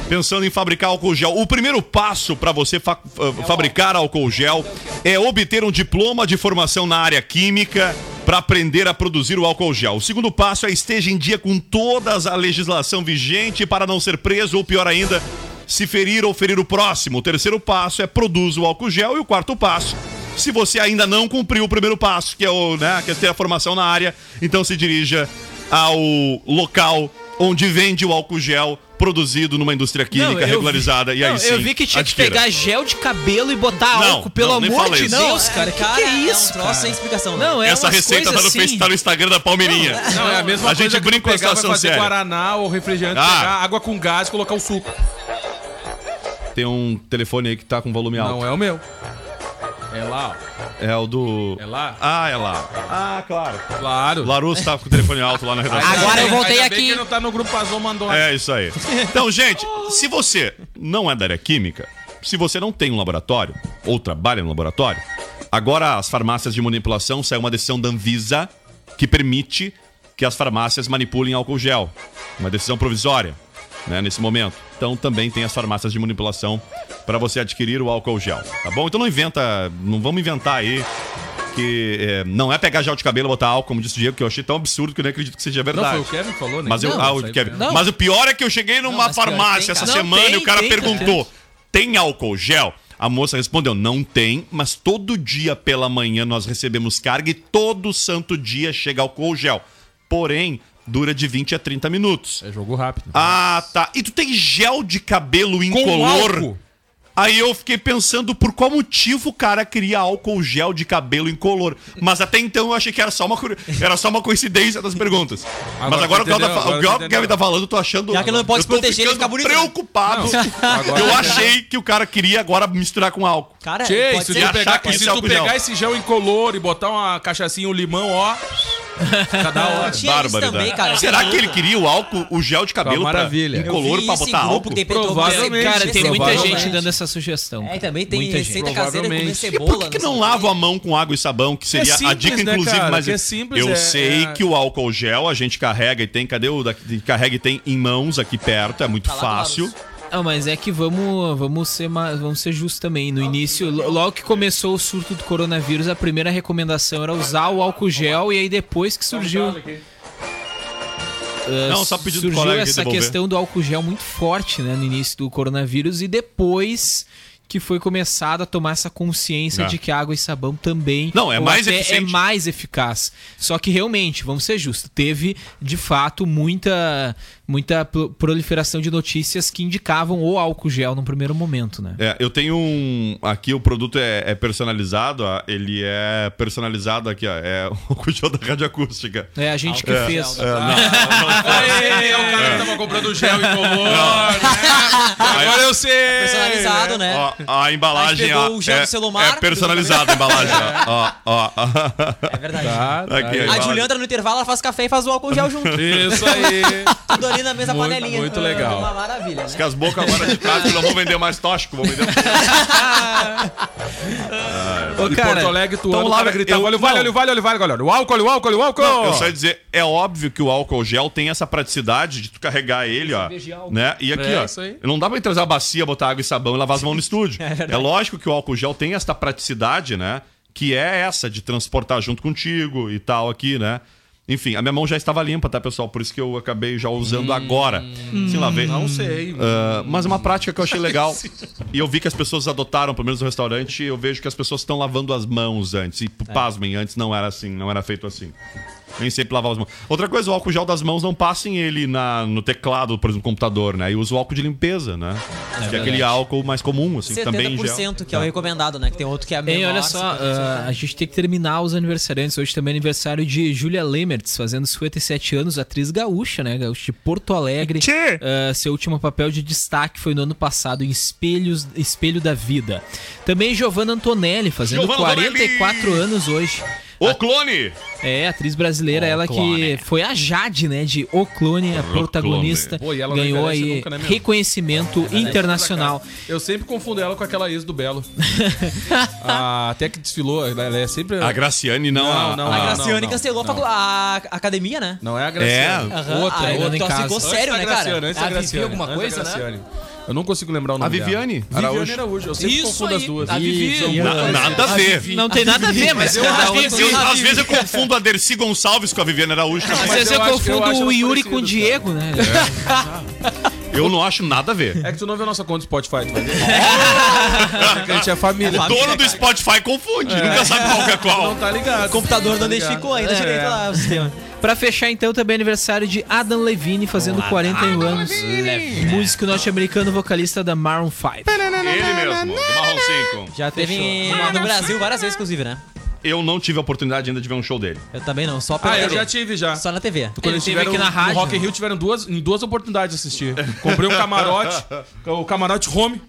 Speaker 4: pensando em fabricar álcool gel, o primeiro passo para você fa- fa- fabricar álcool gel é obter um diploma de formação na área química para aprender a produzir o álcool gel. O segundo passo é esteja em dia com toda a legislação vigente para não ser preso ou pior ainda, se ferir ou ferir o próximo. O terceiro passo é produza o álcool gel e o quarto passo se você ainda não cumpriu o primeiro passo, que é o, né, que é ter a formação na área, então se dirija ao local onde vende o álcool gel produzido numa indústria química
Speaker 9: eu vi-
Speaker 4: regularizada e aí
Speaker 9: Não,
Speaker 4: sim.
Speaker 9: eu vi que tinha
Speaker 4: adquira.
Speaker 9: que pegar gel de cabelo e botar
Speaker 4: Não,
Speaker 9: álcool, pelo
Speaker 4: não, nem
Speaker 9: amor
Speaker 4: fala
Speaker 9: de
Speaker 4: isso.
Speaker 9: Deus,
Speaker 4: Não,
Speaker 9: cara. Que que é isso,
Speaker 7: um troço
Speaker 9: cara?
Speaker 7: sem explicação, né?
Speaker 9: Não, é
Speaker 4: Essa
Speaker 9: umas
Speaker 4: receita tá
Speaker 9: coisas
Speaker 4: no,
Speaker 9: assim.
Speaker 4: Face, tá no Instagram da Palmeirinha.
Speaker 8: Não, é a mesma
Speaker 4: A
Speaker 8: coisa
Speaker 4: gente
Speaker 8: que tu
Speaker 4: brinca com a
Speaker 8: pegar, vai
Speaker 4: situação
Speaker 8: fazer
Speaker 4: séria.
Speaker 8: Guaraná ou refrigerante,
Speaker 4: Ah. É
Speaker 8: pegar água com gás e colocar o suco.
Speaker 4: Tem um telefone aí que tá com volume alto.
Speaker 8: Não é o meu. É lá, ó.
Speaker 4: É o do. É
Speaker 8: lá?
Speaker 4: Ah, é lá. Ah, claro.
Speaker 8: Claro.
Speaker 4: Larusso tava com o telefone alto lá na
Speaker 9: Ah,
Speaker 4: redação.
Speaker 8: Ainda bem que não tá no grupo Azul mandou.
Speaker 4: É isso aí. Então, gente, se você não é da área química, se você não tem um laboratório ou trabalha no laboratório, agora as farmácias de manipulação saiu uma decisão da Anvisa que permite que as farmácias manipulem álcool gel. Uma decisão provisória, né, nesse momento. Então também tem as farmácias de manipulação para você adquirir o álcool gel, tá bom? Então não inventa, não vamos inventar aí que é, não é pegar gel de cabelo e botar álcool, como disse o Diego, que eu achei tão absurdo que eu nem acredito que seja verdade.
Speaker 8: Não, foi o Kevin que falou, né?
Speaker 4: Mas, eu,
Speaker 8: Não,
Speaker 4: ah, o
Speaker 8: saiu
Speaker 4: Kevin.
Speaker 8: Kevin.
Speaker 4: mas o pior é que eu cheguei numa
Speaker 8: mas pior,
Speaker 4: farmácia
Speaker 8: tem,
Speaker 4: essa
Speaker 8: cara. Não,
Speaker 4: semana e
Speaker 8: tem,
Speaker 4: o cara
Speaker 8: tem,
Speaker 4: perguntou: tem álcool gel? A moça respondeu: não tem, mas todo dia pela manhã nós recebemos carga e todo santo dia chega álcool gel. Porém, dura de 20 a 30 minutos.
Speaker 8: É jogo rápido.
Speaker 4: Ah, tá. E tu tem gel de cabelo incolor?
Speaker 8: álcool.
Speaker 4: Aí eu fiquei pensando por qual motivo o cara cria álcool gel de cabelo incolor. Mas até então eu achei que era só uma, curi- era só uma coincidência das perguntas. Mas agora
Speaker 8: Agora tu
Speaker 4: o que ela tá
Speaker 8: entendeu,
Speaker 4: fa- o
Speaker 8: agora
Speaker 4: que
Speaker 8: tu
Speaker 4: o Kevin
Speaker 8: entendeu.
Speaker 4: tá falando, eu tô achando.
Speaker 8: Já que ele não pode
Speaker 4: eu
Speaker 8: se
Speaker 4: tô
Speaker 8: proteger, ele
Speaker 4: ficando
Speaker 8: fica bonito, né?
Speaker 4: preocupado.
Speaker 8: Não, agora
Speaker 4: eu
Speaker 8: tu
Speaker 4: achei que o cara queria agora misturar com álcool.
Speaker 7: Cara,
Speaker 8: Tchê, se
Speaker 4: E
Speaker 8: tu
Speaker 4: achar
Speaker 8: pegar,
Speaker 4: que
Speaker 8: se
Speaker 4: isso é
Speaker 8: tu
Speaker 4: álcool gel.
Speaker 8: pegar esse gel incolor e botar uma cachaçinha, um limão, ó. Tá da hora.
Speaker 4: Barbaridade. Será que ele queria o álcool, o gel de cabelo pra
Speaker 8: maravilha. Eu
Speaker 4: incolor
Speaker 8: vi
Speaker 4: pra
Speaker 8: isso em
Speaker 4: botar
Speaker 8: grupo
Speaker 4: álcool?
Speaker 8: de pessoas Provavelmente,
Speaker 9: Cara, tem muita
Speaker 4: provavelmente.
Speaker 9: gente dando essa sugestão.
Speaker 7: É, e também tem
Speaker 9: Muita
Speaker 7: receita
Speaker 9: gente.
Speaker 7: caseira com
Speaker 4: Provavelmente.
Speaker 7: cebola.
Speaker 4: Por que, que não lavo a mão com água e sabão? Que seria a
Speaker 8: simples,
Speaker 4: dica,
Speaker 8: né,
Speaker 4: inclusive,
Speaker 8: cara?
Speaker 4: mas
Speaker 8: Que é simples,
Speaker 4: eu
Speaker 8: é-
Speaker 4: sei
Speaker 8: é-
Speaker 4: que o álcool gel a gente carrega e tem. Cadê o da, de- carrega e tem em mãos aqui perto? É muito
Speaker 7: Tá
Speaker 4: fácil.
Speaker 9: Não, mas é que vamos, vamos ser ma- vamos ser justos também. No início, lo- logo que começou o surto do coronavírus, a primeira recomendação era usar o álcool gel e aí depois que surgiu Uh,
Speaker 4: Não, só pedindo pro
Speaker 9: surgiu
Speaker 4: colega aqui
Speaker 9: essa
Speaker 4: devolver.
Speaker 9: questão do álcool gel muito forte, né, no início do coronavírus e depois que foi começado a tomar essa consciência
Speaker 4: É.
Speaker 9: de que água e sabão também
Speaker 4: Não, é
Speaker 9: ou
Speaker 4: mais
Speaker 9: até
Speaker 4: eficiente.
Speaker 9: é mais eficaz. Só que realmente, vamos ser justos, teve de fato muita muita pro- proliferação de notícias que indicavam o álcool gel no primeiro momento, né?
Speaker 4: É, eu tenho um. Aqui o produto é, é personalizado, ó, ele é personalizado aqui, ó. É o cujão da rádio acústica.
Speaker 9: É a gente que
Speaker 4: É,
Speaker 9: fez.
Speaker 4: é, não, não, não.
Speaker 8: É o cara que tava comprando gel incolor. né? Agora eu sei.
Speaker 7: Personalizado, né?
Speaker 4: Ó, a embalagem
Speaker 7: Mas pegou
Speaker 4: ó,
Speaker 7: o gel
Speaker 4: é,
Speaker 7: do celular.
Speaker 4: é personalizada a embalagem. ó, ó, ó.
Speaker 7: É verdade.
Speaker 8: Tá,
Speaker 4: Aqui,
Speaker 7: a Juliana tá- no intervalo ela faz café e faz o álcool gel junto.
Speaker 4: Isso aí.
Speaker 7: Tudo ali na mesma
Speaker 4: Muito-
Speaker 7: panelinha.
Speaker 4: muito legal.
Speaker 7: Uma maravilha, né?
Speaker 4: Que as bocas agora de casa não vão vender mais tóxico, vão vender. um
Speaker 8: Ô,
Speaker 4: De
Speaker 8: cara,
Speaker 4: Porto Alegre, tu anda, o cara grita,
Speaker 8: eu,
Speaker 4: olha
Speaker 8: olha
Speaker 4: o
Speaker 8: o
Speaker 4: vale, olha
Speaker 8: vale, olha o vale, olha o vale, olha o álcool, olha o álcool, olha o álcool.
Speaker 4: Não, eu só ia dizer, é óbvio que o álcool gel tem essa praticidade de tu carregar ele, ó. Né? E aqui,
Speaker 8: É,
Speaker 4: ó.
Speaker 8: isso aí.
Speaker 4: Não dá pra trazer a bacia, botar água e sabão e lavar as mãos no estúdio. é, lógico que o álcool gel tem esta praticidade, né? Que é essa de transportar junto contigo e tal aqui, né? Enfim, a minha mão já estava limpa, tá, pessoal? Por isso que eu acabei já usando
Speaker 8: Hum.
Speaker 4: agora. Se lá vem.
Speaker 8: Não sei. né?
Speaker 4: Ah, mas é uma prática que eu achei legal. e eu vi que as pessoas adotaram, pelo menos no restaurante, eu vejo que as pessoas estão lavando as mãos antes. E
Speaker 8: É.
Speaker 4: pasmem, antes não era assim, não era feito assim. Nem sempre lavar as mãos. Outra coisa, o álcool gel das mãos não passem ele na, no teclado, por exemplo, do computador, né? E usa o álcool de limpeza, né? que é
Speaker 7: verdade.
Speaker 4: aquele álcool mais comum, assim, que também em gel.
Speaker 7: 70% que é o recomendado, né? Que tem outro que é menor.
Speaker 9: Ei, olha só,
Speaker 7: 50%.
Speaker 9: ah, a gente tem que terminar os aniversariantes. Hoje também é aniversário de Julia Lemertz, fazendo 57 anos, atriz gaúcha, né? Gaúcha de Porto Alegre. Ah, seu último papel de destaque foi no ano passado em Espelhos, Espelho da Vida. Também Giovanna Antonelli, fazendo
Speaker 4: Giovanna
Speaker 9: 44 anos hoje.
Speaker 4: O Clone!
Speaker 9: É, atriz
Speaker 8: Oh,
Speaker 9: brasileira, ela
Speaker 4: Clone.
Speaker 9: que foi a Jade, né, de O Clone, a protagonista,
Speaker 8: Pô, e ela não
Speaker 9: ganhou
Speaker 8: envelhece
Speaker 9: aí
Speaker 8: nunca, né, meu? é
Speaker 9: reconhecimento internacional.
Speaker 8: Eu sempre confundo ela com aquela ex do Belo. Ah, até que desfilou, ela ela é sempre.
Speaker 4: A Graciane não.
Speaker 8: Não,
Speaker 4: a-
Speaker 8: não,
Speaker 4: a-
Speaker 8: não,
Speaker 7: Graciane
Speaker 8: não,
Speaker 7: cancelou a
Speaker 8: não.
Speaker 7: facu- a, a academia, né?
Speaker 8: Não é a Graciane.
Speaker 4: É?
Speaker 7: Aham.
Speaker 8: Outra,
Speaker 7: Ah,
Speaker 8: outra.
Speaker 7: então ficou
Speaker 8: Antes
Speaker 7: sério,
Speaker 8: da
Speaker 7: né, cara?
Speaker 8: Graciane, Antes da
Speaker 7: Ah, Vivi
Speaker 8: Graciane.
Speaker 7: alguma
Speaker 8: antes da
Speaker 7: coisa, né?
Speaker 8: Graciane. Eu não consigo lembrar o nome
Speaker 4: A Viviane
Speaker 8: dela.
Speaker 4: Araújo.
Speaker 8: Viviane Araújo. Eu sempre
Speaker 4: Isso um
Speaker 8: confundo as
Speaker 4: aí,
Speaker 8: duas. é
Speaker 4: a Vivi.
Speaker 8: São
Speaker 4: Na-
Speaker 8: duas.
Speaker 4: nada a ver.
Speaker 9: Não tem nada a ver, mas
Speaker 8: eu
Speaker 9: cada
Speaker 8: acho
Speaker 9: um
Speaker 8: que
Speaker 9: tem
Speaker 8: sim.
Speaker 9: sua-
Speaker 4: Às vezes eu confundo a Dercy Gonçalves com a Viviane Araújo.
Speaker 9: Às
Speaker 4: também.
Speaker 9: vezes eu,
Speaker 8: eu acho- eu
Speaker 9: confundo
Speaker 8: acho
Speaker 9: o
Speaker 8: elas
Speaker 9: Yuri com o
Speaker 8: parecidas,
Speaker 9: Diego, né?
Speaker 7: É.
Speaker 4: Eu não acho nada a ver.
Speaker 8: É que tu não vê a nossa conta do Spotify, tu vai ver. É que a gente é família.
Speaker 4: O dono do Spotify confunde, nunca sabe qual que é qual.
Speaker 8: Não tá ligado.
Speaker 7: O computador não
Speaker 8: Tá ligado.
Speaker 7: identificou ainda
Speaker 9: É.
Speaker 7: direito lá o sistema.
Speaker 9: Pra fechar, então, também é aniversário de Adam Levine, fazendo 41 anos. Músico norte-americano, vocalista da Maroon 5.
Speaker 4: Ele mesmo, do Marrom 5.
Speaker 7: Já teve em- no Brasil várias vezes, inclusive, né?
Speaker 4: Eu não tive a oportunidade ainda de ver um show dele.
Speaker 7: Eu também não, só pela
Speaker 8: Ah, eu
Speaker 7: TV.
Speaker 8: já tive já.
Speaker 7: Só na TV.
Speaker 8: Quando eles
Speaker 9: teve
Speaker 8: tiveram
Speaker 9: aqui na rádio,
Speaker 8: No Rock in
Speaker 9: né?
Speaker 8: Rio tiveram duas, em duas oportunidades de assistir. Comprei um camarote, o camarote home,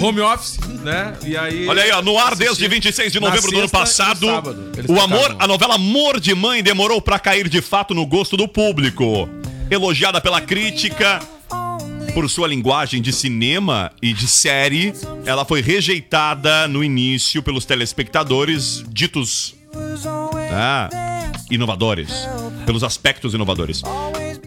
Speaker 8: home office, né? E aí.
Speaker 4: Olha aí, ó, no ar desde
Speaker 8: assisti
Speaker 4: 26 de novembro
Speaker 8: na
Speaker 4: do ano
Speaker 8: sexta e no
Speaker 4: passado,
Speaker 8: sábado. Eles
Speaker 4: o
Speaker 8: tocaram.
Speaker 4: amor, a novela Amor de Mãe demorou pra cair de fato no gosto do público. Elogiada pela crítica por sua linguagem de cinema e de série, ela foi rejeitada no início pelos telespectadores ditos ah, inovadores, pelos aspectos inovadores.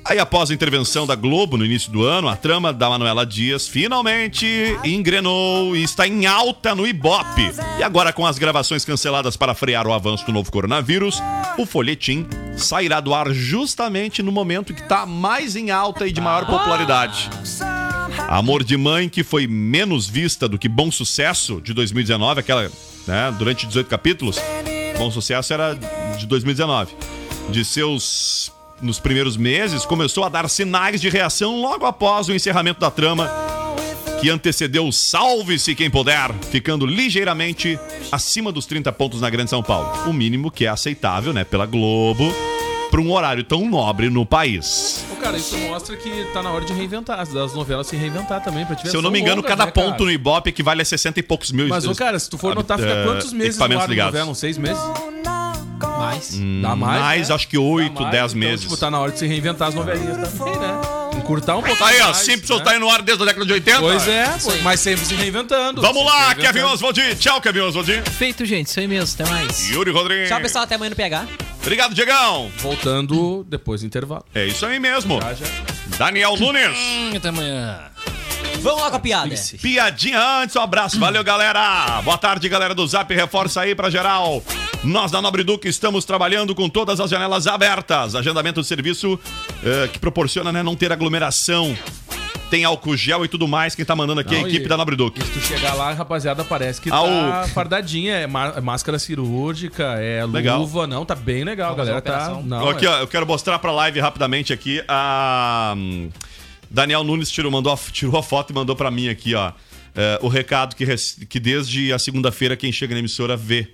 Speaker 4: Aí, após a intervenção da Globo no início do ano, a trama da Manuela Dias finalmente engrenou e está em alta no Ibope. E agora, com as gravações canceladas para frear o avanço do novo coronavírus, o folhetim sairá do ar justamente no momento que está mais em alta e de maior popularidade. Amor de Mãe, que foi menos vista do que Bom Sucesso de 2019, aquela, né, durante 18 capítulos. Bom Sucesso era de 2019. De seus nos primeiros meses, começou a dar sinais de reação logo após o encerramento da trama, que antecedeu o Salve-se Quem Puder, ficando ligeiramente acima dos 30 pontos na Grande São Paulo. O mínimo que é aceitável, né, pela Globo, para um horário tão nobre no país.
Speaker 8: Ô, Cara, isso mostra que tá na hora de reinventar, das novelas se reinventar também. Pra
Speaker 4: Se eu não me engano, cada ponto no Ibope equivale a 60 e poucos mil.
Speaker 8: né, Mas, ô, cara, se tu for notar, fica
Speaker 4: eh,
Speaker 8: quantos meses no
Speaker 4: equipamentos
Speaker 8: ar de
Speaker 4: ligados.
Speaker 8: novela? Uns seis meses?
Speaker 9: Mais.
Speaker 4: Hum,
Speaker 8: Dá mais,
Speaker 4: mais,
Speaker 8: né?
Speaker 4: acho que 8,
Speaker 8: mais,
Speaker 4: 10
Speaker 8: então,
Speaker 4: meses.
Speaker 8: Tipo, tá na hora de se reinventar as novelinhas também, né? Encurtar um pouco.
Speaker 4: Tá aí, ó.
Speaker 8: mais,
Speaker 4: Simpsons
Speaker 8: né?
Speaker 4: tá aí no ar desde a década de 80.
Speaker 8: Pois é, pô, mas sempre se reinventando.
Speaker 4: Vamos
Speaker 8: Sempre
Speaker 4: lá,
Speaker 8: se reinventando.
Speaker 4: Kevin Oswald. Tchau, Kevin Oswald.
Speaker 9: Feito, gente. Isso aí mesmo. Até mais.
Speaker 4: Yuri Rodrigues.
Speaker 7: Tchau, pessoal. Até amanhã no PH.
Speaker 4: Obrigado, Diegão.
Speaker 8: Voltando depois do intervalo.
Speaker 4: É isso aí mesmo. Daniel Nunes.
Speaker 17: Até amanhã.
Speaker 7: Vamos lá com a piada.
Speaker 4: Piadinha antes, um abraço. Valeu, galera. Boa tarde, galera do Zap. Reforça aí pra geral. Nós da Nobre Duque estamos trabalhando com todas as janelas abertas. Agendamento de serviço eh, que proporciona né, não ter aglomeração. Tem álcool gel e tudo mais. Quem tá mandando aqui é a
Speaker 8: Não,
Speaker 4: equipe
Speaker 8: e-
Speaker 4: da Nobre Duque.
Speaker 8: Tu chegar lá, rapaziada, parece que
Speaker 4: Ah,
Speaker 8: tá
Speaker 4: o-
Speaker 8: fardadinha. É má- é máscara cirúrgica, é luva,
Speaker 4: Legal.
Speaker 8: não. Tá bem legal, a galera. Tá, não,
Speaker 4: aqui,
Speaker 8: é-
Speaker 4: ó, eu quero mostrar pra live rapidamente aqui. A hum, Daniel Nunes tirou, mandou a, f- tirou a foto e mandou pra mim aqui, ó. É, o recado que, rec- que desde a segunda-feira quem chega na emissora vê.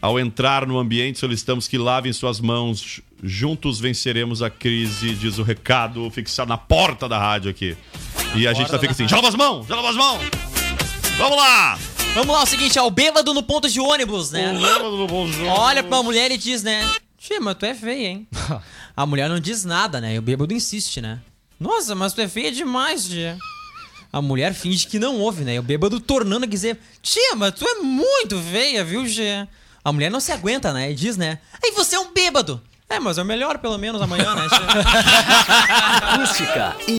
Speaker 4: Ao entrar no ambiente, solicitamos que lavem suas mãos. Juntos venceremos a crise, diz o recado fixado na porta da rádio aqui. E a gente tá fica assim: já lava as mãos, já lava as mãos. Vamos lá!
Speaker 7: Vamos lá, o seguinte, é o bêbado no ponto de ônibus, né? Olha pra uma mulher e diz, né? Tia, mas tu é feia, hein? A mulher não diz nada, né? E o bêbado insiste, né? Nossa, mas tu é feia demais, tia. A mulher finge que não ouve, né? E o bêbado tornando a dizer, tia, mas tu é muito feia, viu, tia? A mulher não se aguenta, né? E diz, né? Aí você é um bêbado. É, mas é o melhor pelo menos amanhã, né, tia?
Speaker 3: Acústica